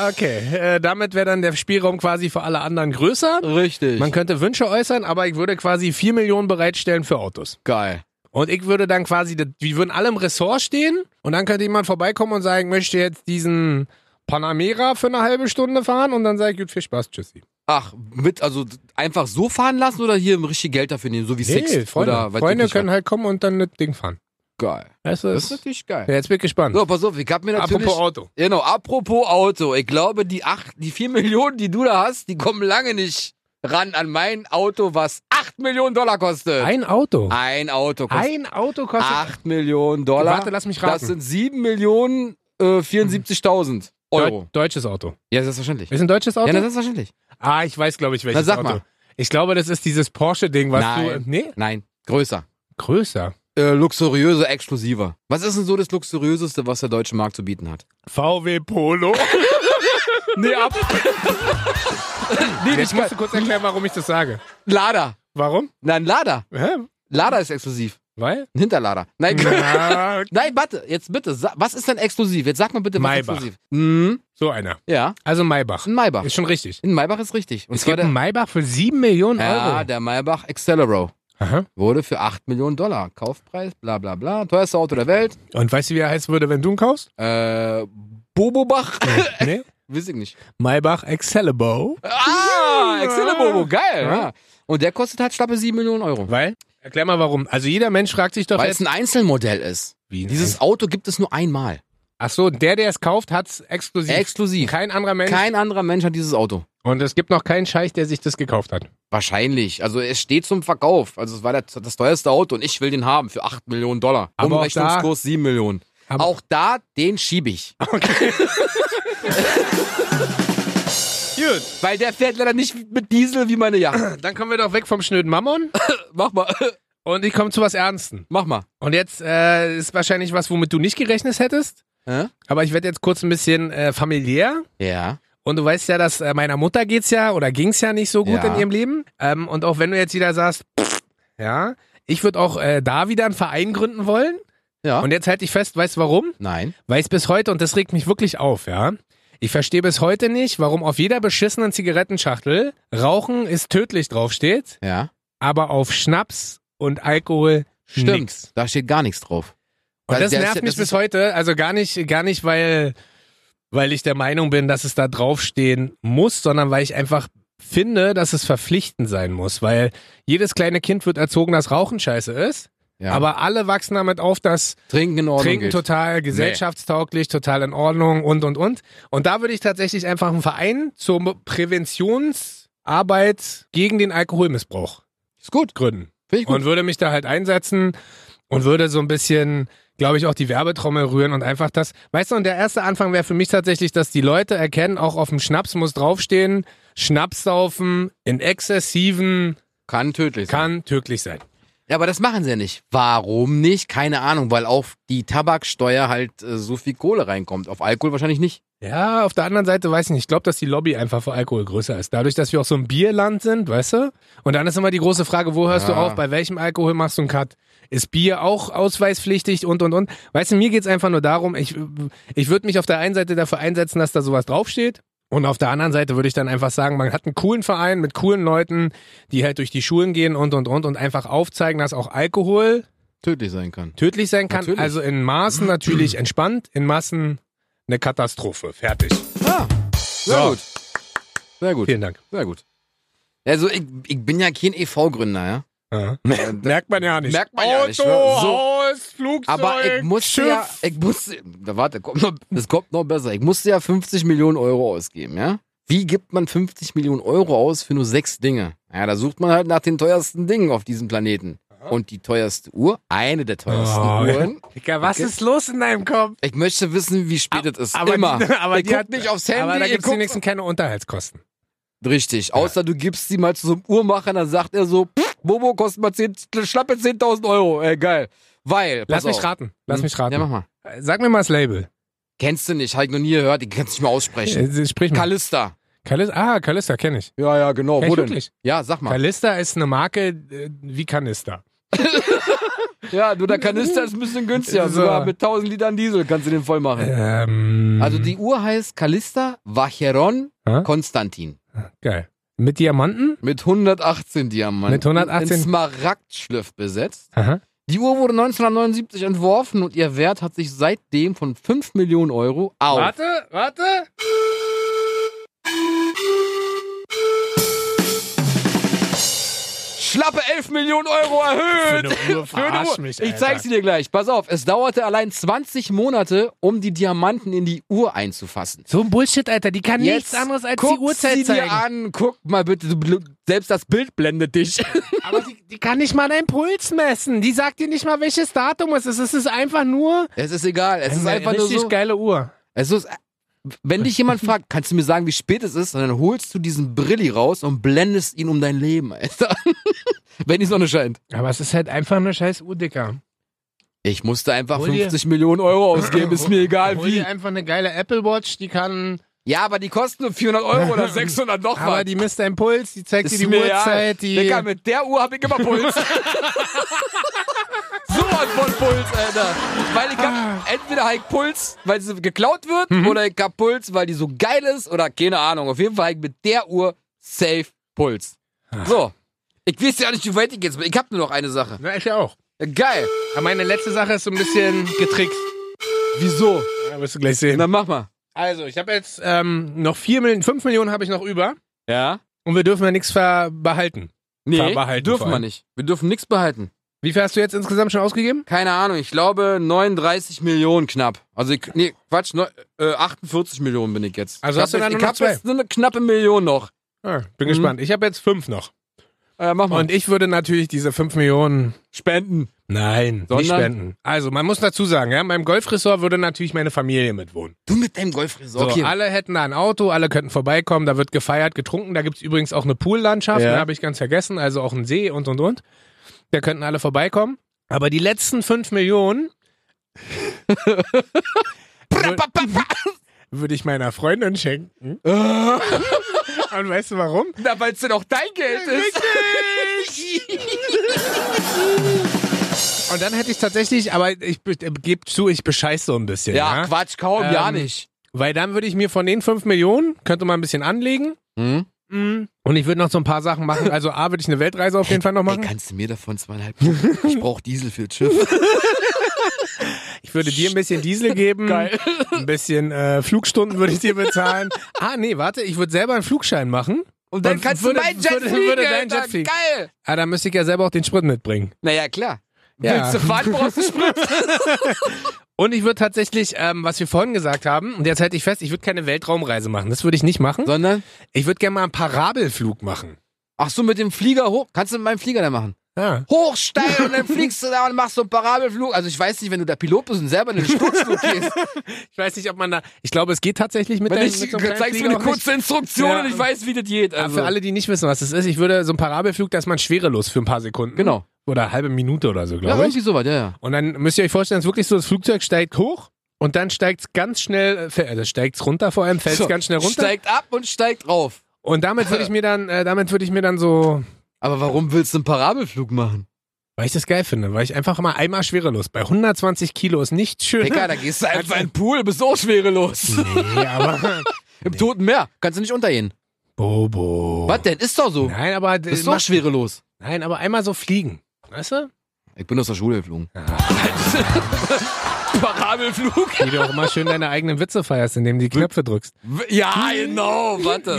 Speaker 2: Okay, äh, damit wäre dann der Spielraum quasi für alle anderen größer.
Speaker 1: Richtig.
Speaker 2: Man könnte Wünsche äußern, aber ich würde quasi 4 Millionen bereitstellen für Autos.
Speaker 1: Geil.
Speaker 2: Und ich würde dann quasi, das- wir würden alle im Ressort stehen und dann könnte jemand vorbeikommen und sagen, ich möchte jetzt diesen Panamera für eine halbe Stunde fahren und dann sage ich, gut, viel Spaß, tschüssi.
Speaker 1: Ach, mit, also d- einfach so fahren lassen oder hier richtig Geld dafür nehmen, so wie
Speaker 2: Nee,
Speaker 1: Six?
Speaker 2: Freunde,
Speaker 1: oder, weiß
Speaker 2: Freunde
Speaker 1: ich nicht,
Speaker 2: können halt kommen und dann das Ding fahren.
Speaker 1: was. Geil.
Speaker 2: Das
Speaker 1: Das ist
Speaker 2: ist,
Speaker 1: natürlich geil.
Speaker 2: ja, jetzt bin ich gespannt.
Speaker 1: So, pass auf, ich hab mir natürlich.
Speaker 2: Apropos Auto.
Speaker 1: Genau, apropos Auto. Ich glaube, die acht, die vier Millionen, die du da hast, die kommen lange nicht ran an mein Auto, was acht Millionen Dollar kostet.
Speaker 2: Ein Auto.
Speaker 1: Ein Auto kostet
Speaker 2: Ein Auto kostet...
Speaker 1: acht Millionen Dollar.
Speaker 2: Warte, lass mich raten.
Speaker 1: das sind sieben Millionen äh, 74.000 Euro.
Speaker 2: Deu- Deutsches Auto.
Speaker 1: Ja, selbstverständlich.
Speaker 2: Ist ein deutsches Auto?
Speaker 1: Ja, das ist wahrscheinlich.
Speaker 2: ah, ich weiß, glaube ich, welches
Speaker 1: Na, sag
Speaker 2: Auto.
Speaker 1: mal.
Speaker 2: Ich glaube, das ist dieses Porsche-Ding, was
Speaker 1: Nein.
Speaker 2: du... Nee?
Speaker 1: Nein. Größer.
Speaker 2: Größer.
Speaker 1: Äh, luxuriöser, exklusiver. Was ist denn so das Luxuriöseste, was der deutsche Markt zu bieten hat?
Speaker 2: VW Polo.
Speaker 1: Nee, ab. nee,
Speaker 2: Jetzt
Speaker 1: nicht mal.
Speaker 2: musst du kurz erklären, warum ich das sage.
Speaker 1: Lada.
Speaker 2: Warum?
Speaker 1: Nein, Lada.
Speaker 2: Hä?
Speaker 1: Lada ist exklusiv.
Speaker 2: Weil?
Speaker 1: Ein Hinterlader. Nein,
Speaker 2: Na,
Speaker 1: nein, warte, jetzt bitte. sa- Was ist denn exklusiv? Jetzt sag mal bitte, was
Speaker 2: Maybach.
Speaker 1: exklusiv Mhm,
Speaker 2: so einer.
Speaker 1: ja,
Speaker 2: Also Maybach.
Speaker 1: ein Maybach.
Speaker 2: Ist schon richtig.
Speaker 1: Ein Maybach ist richtig. Und
Speaker 2: Es gibt einen Maybach für 7 Millionen
Speaker 1: ja,
Speaker 2: Euro.
Speaker 1: der Maybach Accelero
Speaker 2: Aha.
Speaker 1: wurde für 8 Millionen Dollar. Kaufpreis, bla bla bla. Teuerste Auto der Welt.
Speaker 2: Und weißt du, wie er heißen würde, wenn du ihn kaufst?
Speaker 1: Äh, Bobobach?
Speaker 2: nee?
Speaker 1: Weiß ich nicht.
Speaker 2: Maybach Excelebo.
Speaker 1: Ah, Accelero, geil. Ja. Und der kostet halt schlappe 7 Millionen Euro.
Speaker 2: Weil? Erklär mal warum. Also jeder Mensch fragt sich doch
Speaker 1: Weil
Speaker 2: jetzt.
Speaker 1: es ein Einzelmodell ist.
Speaker 2: Wie ein
Speaker 1: Dieses Auto gibt es nur einmal.
Speaker 2: Ach so, der, der es kauft, hat's exklusiv.
Speaker 1: Exklusiv.
Speaker 2: Kein anderer Mensch.
Speaker 1: Kein anderer Mensch hat dieses Auto.
Speaker 2: Und es gibt noch keinen Scheich, der sich das gekauft hat.
Speaker 1: Wahrscheinlich. Also es steht zum Verkauf. Also es war der, das teuerste Auto und ich will den haben für 8 Millionen Dollar.
Speaker 2: Aber auch
Speaker 1: Umrechnungskurs 7 Millionen.
Speaker 2: Aber-
Speaker 1: auch da, den schiebe ich.
Speaker 2: Gut,
Speaker 1: Weil der fährt leider nicht mit Diesel wie meine Jacke.
Speaker 2: dann kommen wir doch weg vom schnöden Mammon
Speaker 1: mach mal,
Speaker 2: und ich komme zu was Ernsten.
Speaker 1: mach mal.
Speaker 2: Und jetzt äh, ist wahrscheinlich was, womit du nicht gerechnet hättest,
Speaker 1: Hä?
Speaker 2: aber ich werde jetzt kurz ein bisschen äh, familiär.
Speaker 1: Ja.
Speaker 2: Und du weißt ja, dass äh, meiner Mutter geht's ja oder ging's ja nicht so gut
Speaker 1: Ja.
Speaker 2: in ihrem Leben. Ähm, und auch wenn du jetzt wieder sagst, pff, ja, ich würde auch äh, da wieder einen Verein gründen wollen.
Speaker 1: Ja.
Speaker 2: Und jetzt halte ich fest, weißt du warum?
Speaker 1: Nein.
Speaker 2: Weiß bis heute, und das regt mich wirklich auf, ja. Ich verstehe bis heute nicht, warum auf jeder beschissenen Zigarettenschachtel Rauchen ist tödlich draufsteht,
Speaker 1: Ja.
Speaker 2: aber auf Schnaps und Alkohol
Speaker 1: Stimmt.
Speaker 2: nix.
Speaker 1: Da steht gar nichts drauf.
Speaker 2: Und
Speaker 1: Also
Speaker 2: das
Speaker 1: der ist
Speaker 2: nervt
Speaker 1: ja-
Speaker 2: mich
Speaker 1: das
Speaker 2: bis
Speaker 1: ist-
Speaker 2: heute, also gar nicht, gar nicht, weil, weil ich der Meinung bin, dass es da draufstehen muss, sondern weil ich einfach finde, dass es verpflichtend sein muss, weil jedes kleine Kind wird erzogen, dass Rauchen scheiße ist,
Speaker 1: Ja.
Speaker 2: aber alle wachsen damit auf, dass
Speaker 1: Trinken in Ordnung.
Speaker 2: Trinken
Speaker 1: geht.
Speaker 2: total gesellschaftstauglich, total in Ordnung und und und. Und da würde ich tatsächlich einfach einen Verein zur Präventionsarbeit gegen den Alkoholmissbrauch
Speaker 1: Ist gut.
Speaker 2: gründen.
Speaker 1: Finde ich gut.
Speaker 2: Und würde mich da halt einsetzen und würde so ein bisschen, glaube ich, auch die Werbetrommel rühren und einfach das. Weißt du, und der erste Anfang wäre für mich tatsächlich, dass die Leute erkennen, auch auf dem Schnaps muss draufstehen, Schnaps saufen in exzessiven
Speaker 1: Kann tödlich sein.
Speaker 2: kann tödlich sein.
Speaker 1: Ja, aber das machen sie ja nicht. Warum nicht? Keine Ahnung, weil auf die Tabaksteuer halt äh, so viel Kohle reinkommt. Auf Alkohol wahrscheinlich nicht.
Speaker 2: Ja, auf der anderen Seite weiß ich nicht. Ich glaube, dass die Lobby einfach für Alkohol größer ist. Dadurch, dass wir auch so ein Bierland sind, weißt du? Und dann ist immer die große Frage, wo hörst du
Speaker 1: Ja.
Speaker 2: auf? Bei welchem Alkohol machst du einen Cut? Ist Bier auch ausweispflichtig und, und, und? Weißt du, mir geht's einfach nur darum, ich, ich würde mich auf der einen Seite dafür einsetzen, dass da sowas draufsteht. Und auf der anderen Seite würde ich dann einfach sagen, man hat einen coolen Verein mit coolen Leuten, die halt durch die Schulen gehen und, und, und und einfach aufzeigen, dass auch Alkohol
Speaker 1: Tödlich sein kann.
Speaker 2: tödlich sein kann.
Speaker 1: Natürlich.
Speaker 2: Also in Maßen natürlich entspannt, in Massen eine Katastrophe. Fertig.
Speaker 1: Ah, sehr
Speaker 2: So.
Speaker 1: gut. Sehr gut.
Speaker 2: Vielen Dank.
Speaker 1: Sehr gut. Also ich, ich bin ja kein EV-Gründer, ja.
Speaker 2: Äh? Merkt man ja nicht.
Speaker 1: Merkt man ja
Speaker 2: Auto,
Speaker 1: nicht, ne? So.
Speaker 2: Haus, Flugzeug,
Speaker 1: Aber ich musste
Speaker 2: Schiff.
Speaker 1: ja, ich musste, da warte, kommt noch, das kommt noch besser. Ich musste ja 50 Millionen Euro ausgeben, ja? Wie gibt man 50 Millionen Euro aus für nur sechs Dinge? Ja, da sucht man halt nach den teuersten Dingen auf diesem Planeten. Und die teuerste Uhr, eine der teuersten
Speaker 2: Oh,
Speaker 1: Uhren.
Speaker 2: Digga, was
Speaker 1: Okay.
Speaker 2: ist los in deinem Kopf?
Speaker 1: Ich möchte wissen, wie spät es ist.
Speaker 2: Aber
Speaker 1: Immer.
Speaker 2: die- aber
Speaker 1: ich
Speaker 2: die
Speaker 1: guck
Speaker 2: hat-
Speaker 1: nicht aufs
Speaker 2: Aber da
Speaker 1: Handy. Ich
Speaker 2: gibt es
Speaker 1: guck,
Speaker 2: wenigstens keine Unterhaltskosten.
Speaker 1: richtig. Außer du gibst sie mal zu so einem Uhrmacher, dann sagt er so, pff, Bobo kostet mal 10, schlappe 10.000 Euro. Ey, geil. Weil,
Speaker 2: Lass
Speaker 1: pass
Speaker 2: mich
Speaker 1: auf. Hm? Mhm.
Speaker 2: raten. Lass mich raten.
Speaker 1: Ja, mach mal.
Speaker 2: Äh, Sag mir mal das Label.
Speaker 1: Kennst du nicht, hab ich noch nie gehört, ich kann's nicht mehr aussprechen.
Speaker 2: Äh, Sprich mal.
Speaker 1: Callista.
Speaker 2: Kalis ah, Kalista kenne ich.
Speaker 1: Ja, ja, genau.
Speaker 2: Kenn ich
Speaker 1: Wo denn?
Speaker 2: wirklich.
Speaker 1: Ja, sag mal.
Speaker 2: Kalista ist eine Marke äh, wie Kanister.
Speaker 1: Ja, nur der Kanister ist ein bisschen günstiger.
Speaker 2: So.
Speaker 1: Sogar mit 1000 Litern Diesel kannst du den voll machen.
Speaker 2: Ähm,
Speaker 1: Also die Uhr heißt Callista Vacheron
Speaker 2: Hä?
Speaker 1: Konstantin.
Speaker 2: Geil. Mit Diamanten?
Speaker 1: Mit 118 Diamanten.
Speaker 2: Mit 118.
Speaker 1: In Smaragdschliff besetzt.
Speaker 2: Aha.
Speaker 1: Die Uhr wurde 1979 entworfen und ihr Wert hat sich seitdem von 5 Millionen Euro auf.
Speaker 2: Warte, warte.
Speaker 1: Schlappe 11 Millionen Euro erhöht.
Speaker 2: Für eine Uhr
Speaker 1: Für eine
Speaker 2: verarsch
Speaker 1: Uhr.
Speaker 2: mich,
Speaker 1: ich
Speaker 2: Alter.
Speaker 1: zeig's dir gleich. Pass auf, es dauerte allein 20 Monate, um die Diamanten in die Uhr einzufassen.
Speaker 2: So ein Bullshit, Alter. Die kann nichts
Speaker 1: Jetzt
Speaker 2: anderes als die
Speaker 1: guck
Speaker 2: Uhrzeit
Speaker 1: sie
Speaker 2: zeigen.
Speaker 1: dir an, guck mal bitte, du, bl- selbst das Bild blendet dich.
Speaker 2: Aber die, die kann nicht mal deinen Puls messen. Die sagt dir nicht mal, welches Datum es ist. Es ist einfach nur
Speaker 1: es ist egal, es ist
Speaker 2: eine
Speaker 1: einfach nur
Speaker 2: richtig
Speaker 1: so.
Speaker 2: geile Uhr.
Speaker 1: Es ist wenn dich jemand fragt, kannst du mir sagen, wie spät es ist, und dann holst du diesen Brilli raus und blendest ihn um dein Leben, Alter. wenn die Sonne scheint.
Speaker 2: Aber es ist halt einfach eine scheiß Uhr, Dicker.
Speaker 1: Ich musste einfach
Speaker 2: Hol dir-
Speaker 1: 50 Millionen Euro ausgeben, ist mir egal
Speaker 2: Hol
Speaker 1: wie.
Speaker 2: dir einfach eine geile Apple Watch, die kann.
Speaker 1: Ja, aber die kosten nur 400 Euro oder 600 noch
Speaker 2: Aber
Speaker 1: mal.
Speaker 2: die misst deinen Puls, die zeigt dir die
Speaker 1: mir egal.
Speaker 2: Uhrzeit, die.
Speaker 1: Digga, mit der Uhr hab ich immer Puls. so was von Puls, Alter. Weil ich
Speaker 2: Ah.
Speaker 1: hab, entweder hab ich Puls, weil sie geklaut wird,
Speaker 2: Mhm.
Speaker 1: oder ich hab Puls, weil die so geil ist, oder keine Ahnung. Auf jeden Fall hab ich mit der Uhr safe Puls.
Speaker 2: Ah.
Speaker 1: So. Ich weiß ja nicht, wie weit ich jetzt bin. Ich hab nur noch eine Sache.
Speaker 2: Na, ich ja auch.
Speaker 1: Geil.
Speaker 2: Aber meine letzte Sache ist so ein bisschen getrickst.
Speaker 1: Wieso?
Speaker 2: Ja, wirst du gleich sehen.
Speaker 1: Dann mach mal.
Speaker 2: Also, ich habe jetzt ähm, noch 4 Millionen, 5 Millionen habe ich noch über.
Speaker 1: Ja?
Speaker 2: Und wir dürfen ja nichts ver- behalten.
Speaker 1: Nee,
Speaker 2: Verbehalten vor
Speaker 1: dürfen wir
Speaker 2: allem.
Speaker 1: nicht. Wir dürfen nichts behalten.
Speaker 2: Wie viel hast du jetzt insgesamt schon ausgegeben?
Speaker 1: Keine Ahnung, ich glaube 39 Millionen knapp. Also ich, nee, Quatsch, neu- äh, 48 Millionen bin ich jetzt.
Speaker 2: Also
Speaker 1: ich
Speaker 2: hast du
Speaker 1: hab
Speaker 2: dann
Speaker 1: jetzt,
Speaker 2: nur
Speaker 1: ich
Speaker 2: noch
Speaker 1: hab jetzt eine knappe Million noch.
Speaker 2: Ah, bin gespannt. Ich habe jetzt 5 noch.
Speaker 1: Äh, mach mal.
Speaker 2: Und ich würde natürlich diese 5 Millionen.
Speaker 1: spenden.
Speaker 2: Nein,
Speaker 1: Sondern?
Speaker 2: nicht spenden. Also, man muss dazu sagen, ja, in meinem Golfresort würde natürlich meine Familie mitwohnen.
Speaker 1: Du mit deinem Golfresort.
Speaker 2: So, alle hätten da ein Auto, alle könnten vorbeikommen, da wird gefeiert, getrunken. Da gibt's übrigens auch eine Poollandschaft,
Speaker 1: Ja.
Speaker 2: da habe ich ganz vergessen, also auch einen See und und und. Da könnten alle vorbeikommen. Aber die letzten fünf Millionen würde ich meiner Freundin schenken. Ah. und weißt du warum?
Speaker 1: Na, weil es denn auch dein Geld ist.
Speaker 2: Und dann hätte ich tatsächlich, aber ich be- äh, gebe zu, ich bescheiß so ein bisschen.
Speaker 1: ja,
Speaker 2: Ja,
Speaker 1: Quatsch, kaum,
Speaker 2: Ähm,
Speaker 1: ja nicht.
Speaker 2: Weil dann würde ich mir von den fünf Millionen, könnte man ein bisschen anlegen.
Speaker 1: Hm?
Speaker 2: Und ich würde noch so ein paar Sachen machen. Also A, würde ich eine Weltreise auf jeden Fall noch
Speaker 1: Ey,
Speaker 2: machen.
Speaker 1: kannst du mir davon zweieinhalb geben? Ich brauch Diesel für das Schiff.
Speaker 2: Ich würde dir ein bisschen Diesel geben.
Speaker 1: Geil.
Speaker 2: Ein bisschen äh, Flugstunden würde ich dir bezahlen. ah, nee, warte, ich würde selber einen Flugschein machen.
Speaker 1: Und dann
Speaker 2: Und
Speaker 1: kannst
Speaker 2: würde-
Speaker 1: du mein Jet
Speaker 2: würde-
Speaker 1: fliegen,
Speaker 2: würde dein
Speaker 1: Alter.
Speaker 2: Jet fliegen.
Speaker 1: Geil.
Speaker 2: Ah, dann müsste ich ja selber auch den Sprit mitbringen.
Speaker 1: Naja, klar.
Speaker 2: Ja.
Speaker 1: Willst du fahren, brauchst du Sprit.
Speaker 2: Und ich würde tatsächlich, ähm, was wir vorhin gesagt haben, und jetzt halte ich fest, ich würde keine Weltraumreise machen. Das würde ich nicht machen.
Speaker 1: Sondern?
Speaker 2: Ich würde gerne mal einen Parabelflug machen.
Speaker 1: Ach so, mit dem Flieger hoch. Kannst du mit meinem Flieger da machen?
Speaker 2: Ja.
Speaker 1: Hochsteigen und dann fliegst du da und machst so einen Parabelflug. Also ich weiß nicht, wenn du da Pilot bist und selber in den Sturzflug gehst.
Speaker 2: Ich weiß nicht, ob man da. Ich glaube, es geht tatsächlich mit
Speaker 1: Wenn
Speaker 2: deinem-
Speaker 1: ich,
Speaker 2: mit so einem kleinen
Speaker 1: zeigst du
Speaker 2: Flieger
Speaker 1: mir eine
Speaker 2: auch nicht.
Speaker 1: kurze Instruktion
Speaker 2: Ja.
Speaker 1: und ich weiß, wie das geht.
Speaker 2: Aber
Speaker 1: Also.
Speaker 2: Für alle, die nicht wissen, was das ist, ich würde so einen Parabelflug, da ist man schwerelos für ein paar Sekunden.
Speaker 1: Genau.
Speaker 2: Oder halbe Minute oder so,
Speaker 1: Ja,
Speaker 2: glaube ich.
Speaker 1: irgendwie sowas, ja, ja.
Speaker 2: Und dann müsst ihr euch vorstellen, es ist wirklich so, das Flugzeug steigt hoch und dann steigt es ganz schnell, äh, fäll- also steigt es runter vor allem, fällt es
Speaker 1: So,
Speaker 2: ganz schnell runter.
Speaker 1: Steigt ab und steigt rauf.
Speaker 2: Und damit würde ich mir dann, äh, damit würde ich mir dann so,
Speaker 1: Aber warum willst du einen Parabelflug machen?
Speaker 2: weil ich das geil finde, weil ich einfach mal einmal schwerelos. Bei 120 Kilo ist nicht schön.
Speaker 1: Digga, da gehst du Hm. einfach in den Pool, bist auch schwerelos.
Speaker 2: Nee, aber.
Speaker 1: Im Toten Meer. Kannst du nicht untergehen.
Speaker 2: Bobo.
Speaker 1: Was denn? Ist doch so.
Speaker 2: Nein, aber. äh,
Speaker 1: Ist doch
Speaker 2: mach-
Speaker 1: schwerelos.
Speaker 2: Nein, aber einmal so fliegen. Weißt du?
Speaker 1: Ich bin aus der Schule geflogen. Parabelflug?
Speaker 2: Wie du auch immer schön deine eigenen Witze feierst, indem du die Knöpfe drückst.
Speaker 1: Ja, genau. Warte.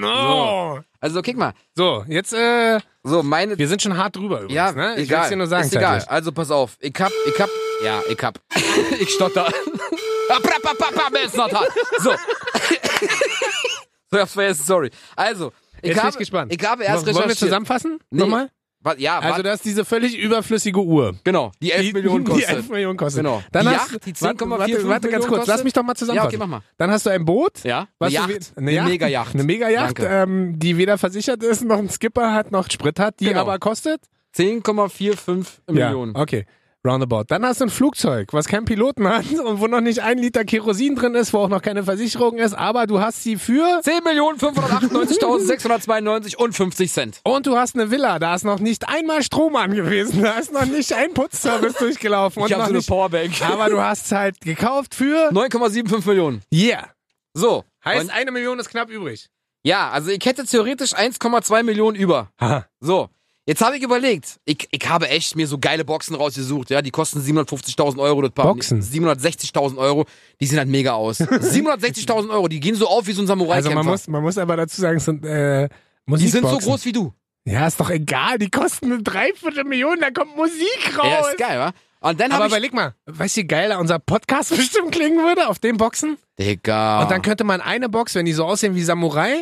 Speaker 1: so. Also, kick mal.
Speaker 2: So, jetzt, äh,
Speaker 1: So, meine
Speaker 2: wir sind schon hart drüber übrigens,
Speaker 1: Ja,
Speaker 2: ne? Ich
Speaker 1: egal.
Speaker 2: will's dir nur sagen.
Speaker 1: ist egal.
Speaker 2: zeitlich.
Speaker 1: Also pass auf. Ich hab, ich hab, ja, ich hab. ich stotter. so. so, ich hab's vergessen, sorry. Also, ich
Speaker 2: Jetzt bin
Speaker 1: habe,
Speaker 2: ich gespannt.
Speaker 1: Ich habe erst
Speaker 2: Wollen wir
Speaker 1: recherchiert.
Speaker 2: zusammenfassen? Nochmal?
Speaker 1: Wa- Ja,
Speaker 2: Also
Speaker 1: wa-
Speaker 2: da ist diese völlig überflüssige Uhr.
Speaker 1: genau. Die 11 Millionen
Speaker 2: Die
Speaker 1: kostet.
Speaker 2: 11 Millionen kostet.
Speaker 1: Genau.
Speaker 2: Dann
Speaker 1: Die
Speaker 2: hast,
Speaker 1: Yacht, die
Speaker 2: warte,
Speaker 1: 10,45
Speaker 2: warte, warte ganz
Speaker 1: Millionen
Speaker 2: kurz,
Speaker 1: kostet.
Speaker 2: lass mich doch mal
Speaker 1: ja,
Speaker 2: zusammenfassen.
Speaker 1: okay, mach mal.
Speaker 2: Dann hast du ein Boot.
Speaker 1: Ja,
Speaker 2: was
Speaker 1: eine
Speaker 2: du
Speaker 1: Yacht.
Speaker 2: wie-
Speaker 1: Eine Megajacht.
Speaker 2: Eine Megajacht,
Speaker 1: Danke.
Speaker 2: ähm, die weder versichert ist, noch einen Skipper hat, noch Sprit hat, die
Speaker 1: Genau.
Speaker 2: aber kostet.
Speaker 1: 10,45 Millionen.
Speaker 2: Ja, okay. Roundabout. Dann hast du ein Flugzeug, was keinen Piloten hat und wo noch nicht ein Liter Kerosin drin ist, wo auch noch keine Versicherung ist, aber du hast sie für
Speaker 1: 10.598.692 und 50 Cent.
Speaker 2: und du hast eine Villa, da ist noch nicht einmal Strom angewiesen, da ist noch nicht ein Putzservice durchgelaufen und
Speaker 1: ich hab
Speaker 2: noch
Speaker 1: so eine
Speaker 2: nicht,
Speaker 1: Powerbank.
Speaker 2: aber du hast halt gekauft für
Speaker 1: 9,75 Millionen.
Speaker 2: Yeah.
Speaker 1: So.
Speaker 2: Heißt,
Speaker 1: und,
Speaker 2: eine Million ist knapp übrig.
Speaker 1: ja, also ich hätte theoretisch 1,2 Millionen über.
Speaker 2: Ha.
Speaker 1: So, jetzt habe ich überlegt. Ich, ich habe echt mir so geile Boxen rausgesucht. Ja, die kosten 750.000 Euro. Das Paar.
Speaker 2: Boxen?
Speaker 1: 760.000 Euro. Die sehen halt mega aus. 760.000 Euro. Die gehen so auf wie so ein samurai
Speaker 2: Also man muss, man muss aber dazu sagen, es sind äh,
Speaker 1: Die sind so
Speaker 2: Musikboxen.
Speaker 1: groß wie du.
Speaker 2: Ja, ist doch egal, die kosten eine Dreiviertelmillion, da kommt Musik raus.
Speaker 1: Ja, ist geil, wa? Und dann
Speaker 2: Aber
Speaker 1: habe ich...
Speaker 2: überleg mal, weißt du, wie geil unser Podcast bestimmt klingen würde auf den Boxen?
Speaker 1: Digga.
Speaker 2: Und dann könnte man eine Box, wenn die so aussehen wie Samurai,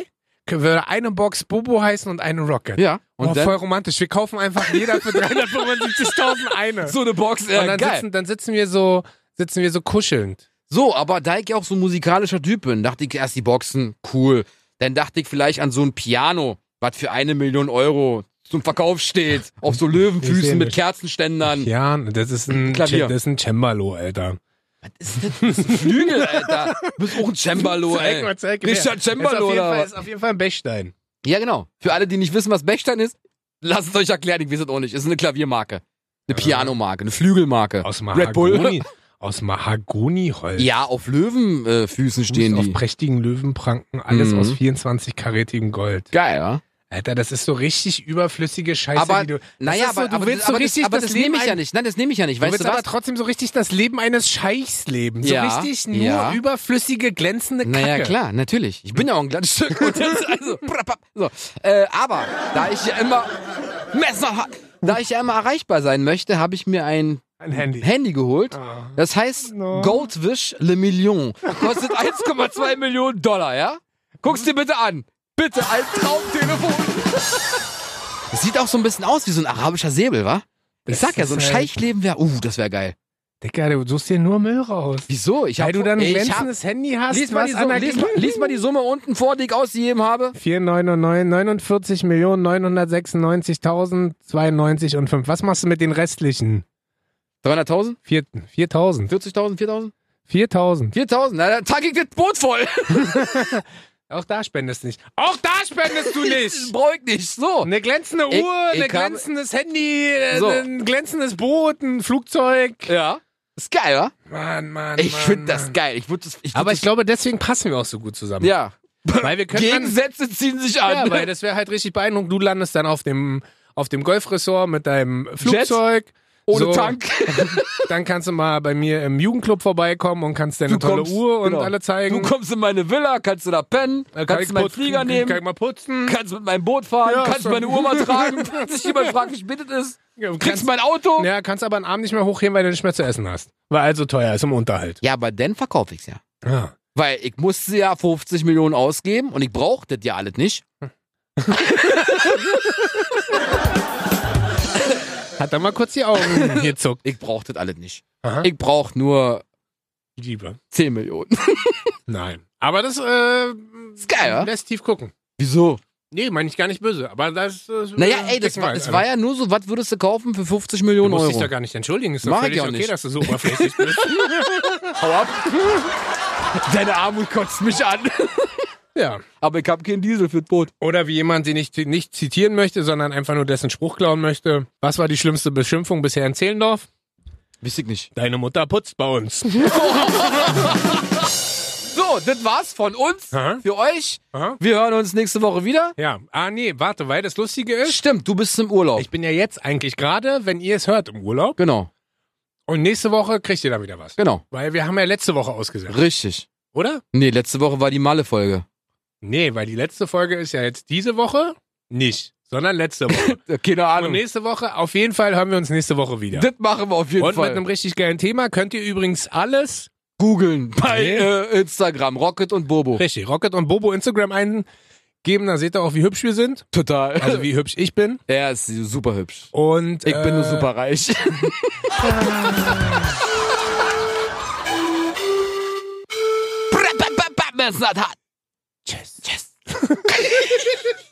Speaker 2: kö- würde eine Box Bobo heißen und eine Rocket.
Speaker 1: ja, und
Speaker 2: Und oh,
Speaker 1: dann...
Speaker 2: voll romantisch. Wir kaufen einfach jeder für 375.000 eine.
Speaker 1: So eine Box,
Speaker 2: und
Speaker 1: ja,
Speaker 2: dann
Speaker 1: geil.
Speaker 2: sitzen, dann sitzen wir so, sitzen wir so kuschelnd.
Speaker 1: So, aber da ich ja auch so ein musikalischer Typ bin, dachte ich erst die Boxen, cool. Dann dachte ich vielleicht an so ein Piano, was für eine Million Euro zum Verkauf steht. Auf so
Speaker 2: Ich seh
Speaker 1: Löwenfüßen mit
Speaker 2: nicht.
Speaker 1: Kerzenständern.
Speaker 2: Ja, das ist ein,
Speaker 1: Hm. Klavier.
Speaker 2: Cem- das ist ein Cembalo, Alter.
Speaker 1: Was ist das? Das ist ein Flügel, Alter. Du bist auch ein Cembalo, ey.
Speaker 2: zeig
Speaker 1: Nicht
Speaker 2: ist,
Speaker 1: ein
Speaker 2: auf
Speaker 1: Cembalo,
Speaker 2: jeden
Speaker 1: oder
Speaker 2: Fall,
Speaker 1: was?
Speaker 2: ist auf jeden Fall ein Bechstein.
Speaker 1: Ja, genau. Für alle, die nicht wissen, was Bechstein ist, lasst es euch erklären. Ich weiß es auch nicht. Es ist eine Klaviermarke. Eine Pianomarke, eine Flügelmarke.
Speaker 2: Äh. Aus
Speaker 1: Red Bull.
Speaker 2: Mahagoni. Aus Mahagoniholz.
Speaker 1: Ja, auf Löwenfüßen stehen
Speaker 2: Fuß
Speaker 1: die.
Speaker 2: Auf prächtigen Löwenpranken, alles
Speaker 1: Mhm.
Speaker 2: aus 24-karätigem Gold.
Speaker 1: Geil, ja?
Speaker 2: Alter, das ist so richtig überflüssige Scheiße,
Speaker 1: Aber,
Speaker 2: die du.
Speaker 1: naja,
Speaker 2: das ist so,
Speaker 1: aber,
Speaker 2: du
Speaker 1: aber,
Speaker 2: willst so
Speaker 1: aber,
Speaker 2: richtig
Speaker 1: das, aber das, nehme ich ja
Speaker 2: nicht.
Speaker 1: nicht. Nein, das nehme ich ja nicht.
Speaker 2: Du
Speaker 1: Weißt
Speaker 2: willst
Speaker 1: du
Speaker 2: aber
Speaker 1: was?
Speaker 2: trotzdem so richtig das Leben eines Scheichs leben.
Speaker 1: Ja,
Speaker 2: so richtig nur
Speaker 1: ja.
Speaker 2: überflüssige, glänzende Kacke.
Speaker 1: Naja, klar, natürlich. Ich bin ja auch ein Glanzstück. Und jetzt, also, prap, prap. so. äh, aber da ich ja immer Messer, da ich ja immer erreichbar sein möchte, habe ich mir ein
Speaker 2: Ein Handy.
Speaker 1: Handy geholt.
Speaker 2: Ah.
Speaker 1: Das heißt
Speaker 2: No.
Speaker 1: Goldwish Le Million. Kostet 1,2 Millionen Dollar, ja? Guck's dir bitte an. Bitte, ein Traumtelefon. Es sieht auch so ein bisschen aus wie so ein arabischer Säbel, wa?
Speaker 2: Das
Speaker 1: Ich sag ja, so ein
Speaker 2: ist halt-
Speaker 1: Scheichleben wäre, uh, das wäre geil.
Speaker 2: Digga, du suchst dir nur Müll raus.
Speaker 1: Wieso? Ich
Speaker 2: Weil du dann ein
Speaker 1: ich hab-
Speaker 2: glänzendes Handy hast,
Speaker 1: Lies mal, die
Speaker 2: was
Speaker 1: Summe, lies, mal, lies mal die Summe unten vor, die ich ausgegeben habe.
Speaker 2: 4.999.996.092 und 5. Was machst du mit den restlichen?
Speaker 1: 300.000?
Speaker 2: 4- 4.000.
Speaker 1: 40.000? 4.000?
Speaker 2: 4.000.
Speaker 1: 4.000? Na, dann tag ich das Boot voll.
Speaker 2: Auch da spendest du nicht. Auch da spendest du nicht!
Speaker 1: Brauch ich nicht. So.
Speaker 2: Eine glänzende
Speaker 1: Ich-
Speaker 2: Uhr,
Speaker 1: ich
Speaker 2: ein
Speaker 1: hab-
Speaker 2: glänzendes Handy, äh,
Speaker 1: So.
Speaker 2: ein glänzendes Boot, ein Flugzeug.
Speaker 1: Ja. Ist geil, wa?
Speaker 2: Mann, Mann,
Speaker 1: Ich
Speaker 2: Mann,
Speaker 1: finde das
Speaker 2: Mann.
Speaker 1: geil. Ich würde das. Ich würd
Speaker 2: Aber ich
Speaker 1: das,
Speaker 2: glaube, deswegen passen wir auch so gut zusammen.
Speaker 1: Ja.
Speaker 2: Weil wir können dann,
Speaker 1: Gegensätze ziehen sich an.
Speaker 2: Ja, weil das wäre halt richtig beeindruckend. Du landest dann auf dem, auf dem Golfressort mit deinem Flugzeug.
Speaker 1: Ohne
Speaker 2: So,
Speaker 1: Tank.
Speaker 2: Dann kannst du mal bei mir im Jugendclub vorbeikommen und kannst deine
Speaker 1: Du
Speaker 2: tolle
Speaker 1: kommst,
Speaker 2: Uhr und
Speaker 1: genau.
Speaker 2: alle zeigen.
Speaker 1: Du kommst in meine Villa, kannst du da pennen,
Speaker 2: Äh, kann
Speaker 1: kannst
Speaker 2: ich
Speaker 1: du meinen
Speaker 2: putzen,
Speaker 1: Flieger
Speaker 2: Kann
Speaker 1: nehmen,
Speaker 2: ich mal putzen.
Speaker 1: kannst mit meinem Boot fahren,
Speaker 2: Ja,
Speaker 1: kannst
Speaker 2: so.
Speaker 1: meine Uhr mal tragen, falls sich jemand fragt, wie spät es ist,
Speaker 2: Ja,
Speaker 1: kriegst
Speaker 2: kannst-
Speaker 1: mein Auto.
Speaker 2: Ja, kannst aber einen Abend nicht mehr hochheben, weil du nicht mehr zu essen hast. Weil also teuer ist im Unterhalt. Ah.
Speaker 1: Ja, aber dann verkaufe ich's ja.
Speaker 2: Ja.
Speaker 1: Weil ich musste ja 50 Millionen ausgeben und ich brauche das ja alles nicht.
Speaker 2: Hat dann mal kurz die Augen gezuckt.
Speaker 1: Ich brauche das alles nicht.
Speaker 2: Aha.
Speaker 1: Ich brauche nur
Speaker 2: Liebe.
Speaker 1: 10 Millionen.
Speaker 2: Nein. Aber das äh,
Speaker 1: Ist geil, oder?
Speaker 2: lässt tief gucken.
Speaker 1: Wieso?
Speaker 2: Nee, meine ich gar nicht böse. Aber das. das
Speaker 1: Naja,
Speaker 2: äh,
Speaker 1: ey, das
Speaker 2: checken
Speaker 1: war,
Speaker 2: wir
Speaker 1: es
Speaker 2: alle.
Speaker 1: war ja nur so, was würdest du kaufen für 50 Millionen
Speaker 2: Du musst dich
Speaker 1: Euro?
Speaker 2: da gar nicht entschuldigen. Ist doch
Speaker 1: Mach ich
Speaker 2: völlig
Speaker 1: auch
Speaker 2: okay,
Speaker 1: nicht.
Speaker 2: dass du so oberflächlich bist.
Speaker 1: Hau ab. Deine Armut kotzt mich an.
Speaker 2: ja.
Speaker 1: Aber ich habe keinen Diesel fürs Boot.
Speaker 2: Oder wie jemand, den ich nicht zitieren möchte, sondern einfach nur dessen Spruch klauen möchte. Was war die schlimmste Beschimpfung bisher in Zehlendorf?
Speaker 1: Wiss ich nicht.
Speaker 2: Deine Mutter putzt bei uns.
Speaker 1: So, das war's von uns.
Speaker 2: Aha.
Speaker 1: Für euch.
Speaker 2: Aha.
Speaker 1: Wir hören uns nächste Woche wieder.
Speaker 2: ja. Ah, nee, warte, weil das Lustige ist.
Speaker 1: Stimmt, du bist im Urlaub.
Speaker 2: Ich bin ja jetzt eigentlich gerade, wenn ihr es hört, im Urlaub.
Speaker 1: genau,
Speaker 2: Und nächste Woche kriegt ihr dann wieder was.
Speaker 1: genau.
Speaker 2: Weil wir haben ja letzte Woche ausgesetzt.
Speaker 1: Richtig.
Speaker 2: Oder?
Speaker 1: Nee, letzte Woche war die Malle-Folge.
Speaker 2: Nee, weil die letzte Folge ist ja jetzt diese Woche nicht, sondern letzte Woche.
Speaker 1: Äh, Keine
Speaker 2: Und
Speaker 1: Ahnung.
Speaker 2: nächste Woche, auf jeden Fall hören wir uns nächste Woche wieder.
Speaker 1: Das machen wir auf jeden
Speaker 2: Und
Speaker 1: Fall.
Speaker 2: mit einem richtig geilen Thema könnt ihr übrigens alles
Speaker 1: googeln bei
Speaker 2: Nee.
Speaker 1: äh, Instagram, Rocket und Bobo.
Speaker 2: Richtig, Rocket und Bobo Instagram eingeben, da seht ihr auch, wie hübsch wir sind.
Speaker 1: Total.
Speaker 2: Also wie hübsch ich bin.
Speaker 1: er ist super hübsch.
Speaker 2: Und
Speaker 1: Ich bin nur
Speaker 2: äh,
Speaker 1: super reich. Batman's not hot.
Speaker 2: Tschüss.
Speaker 1: Yes.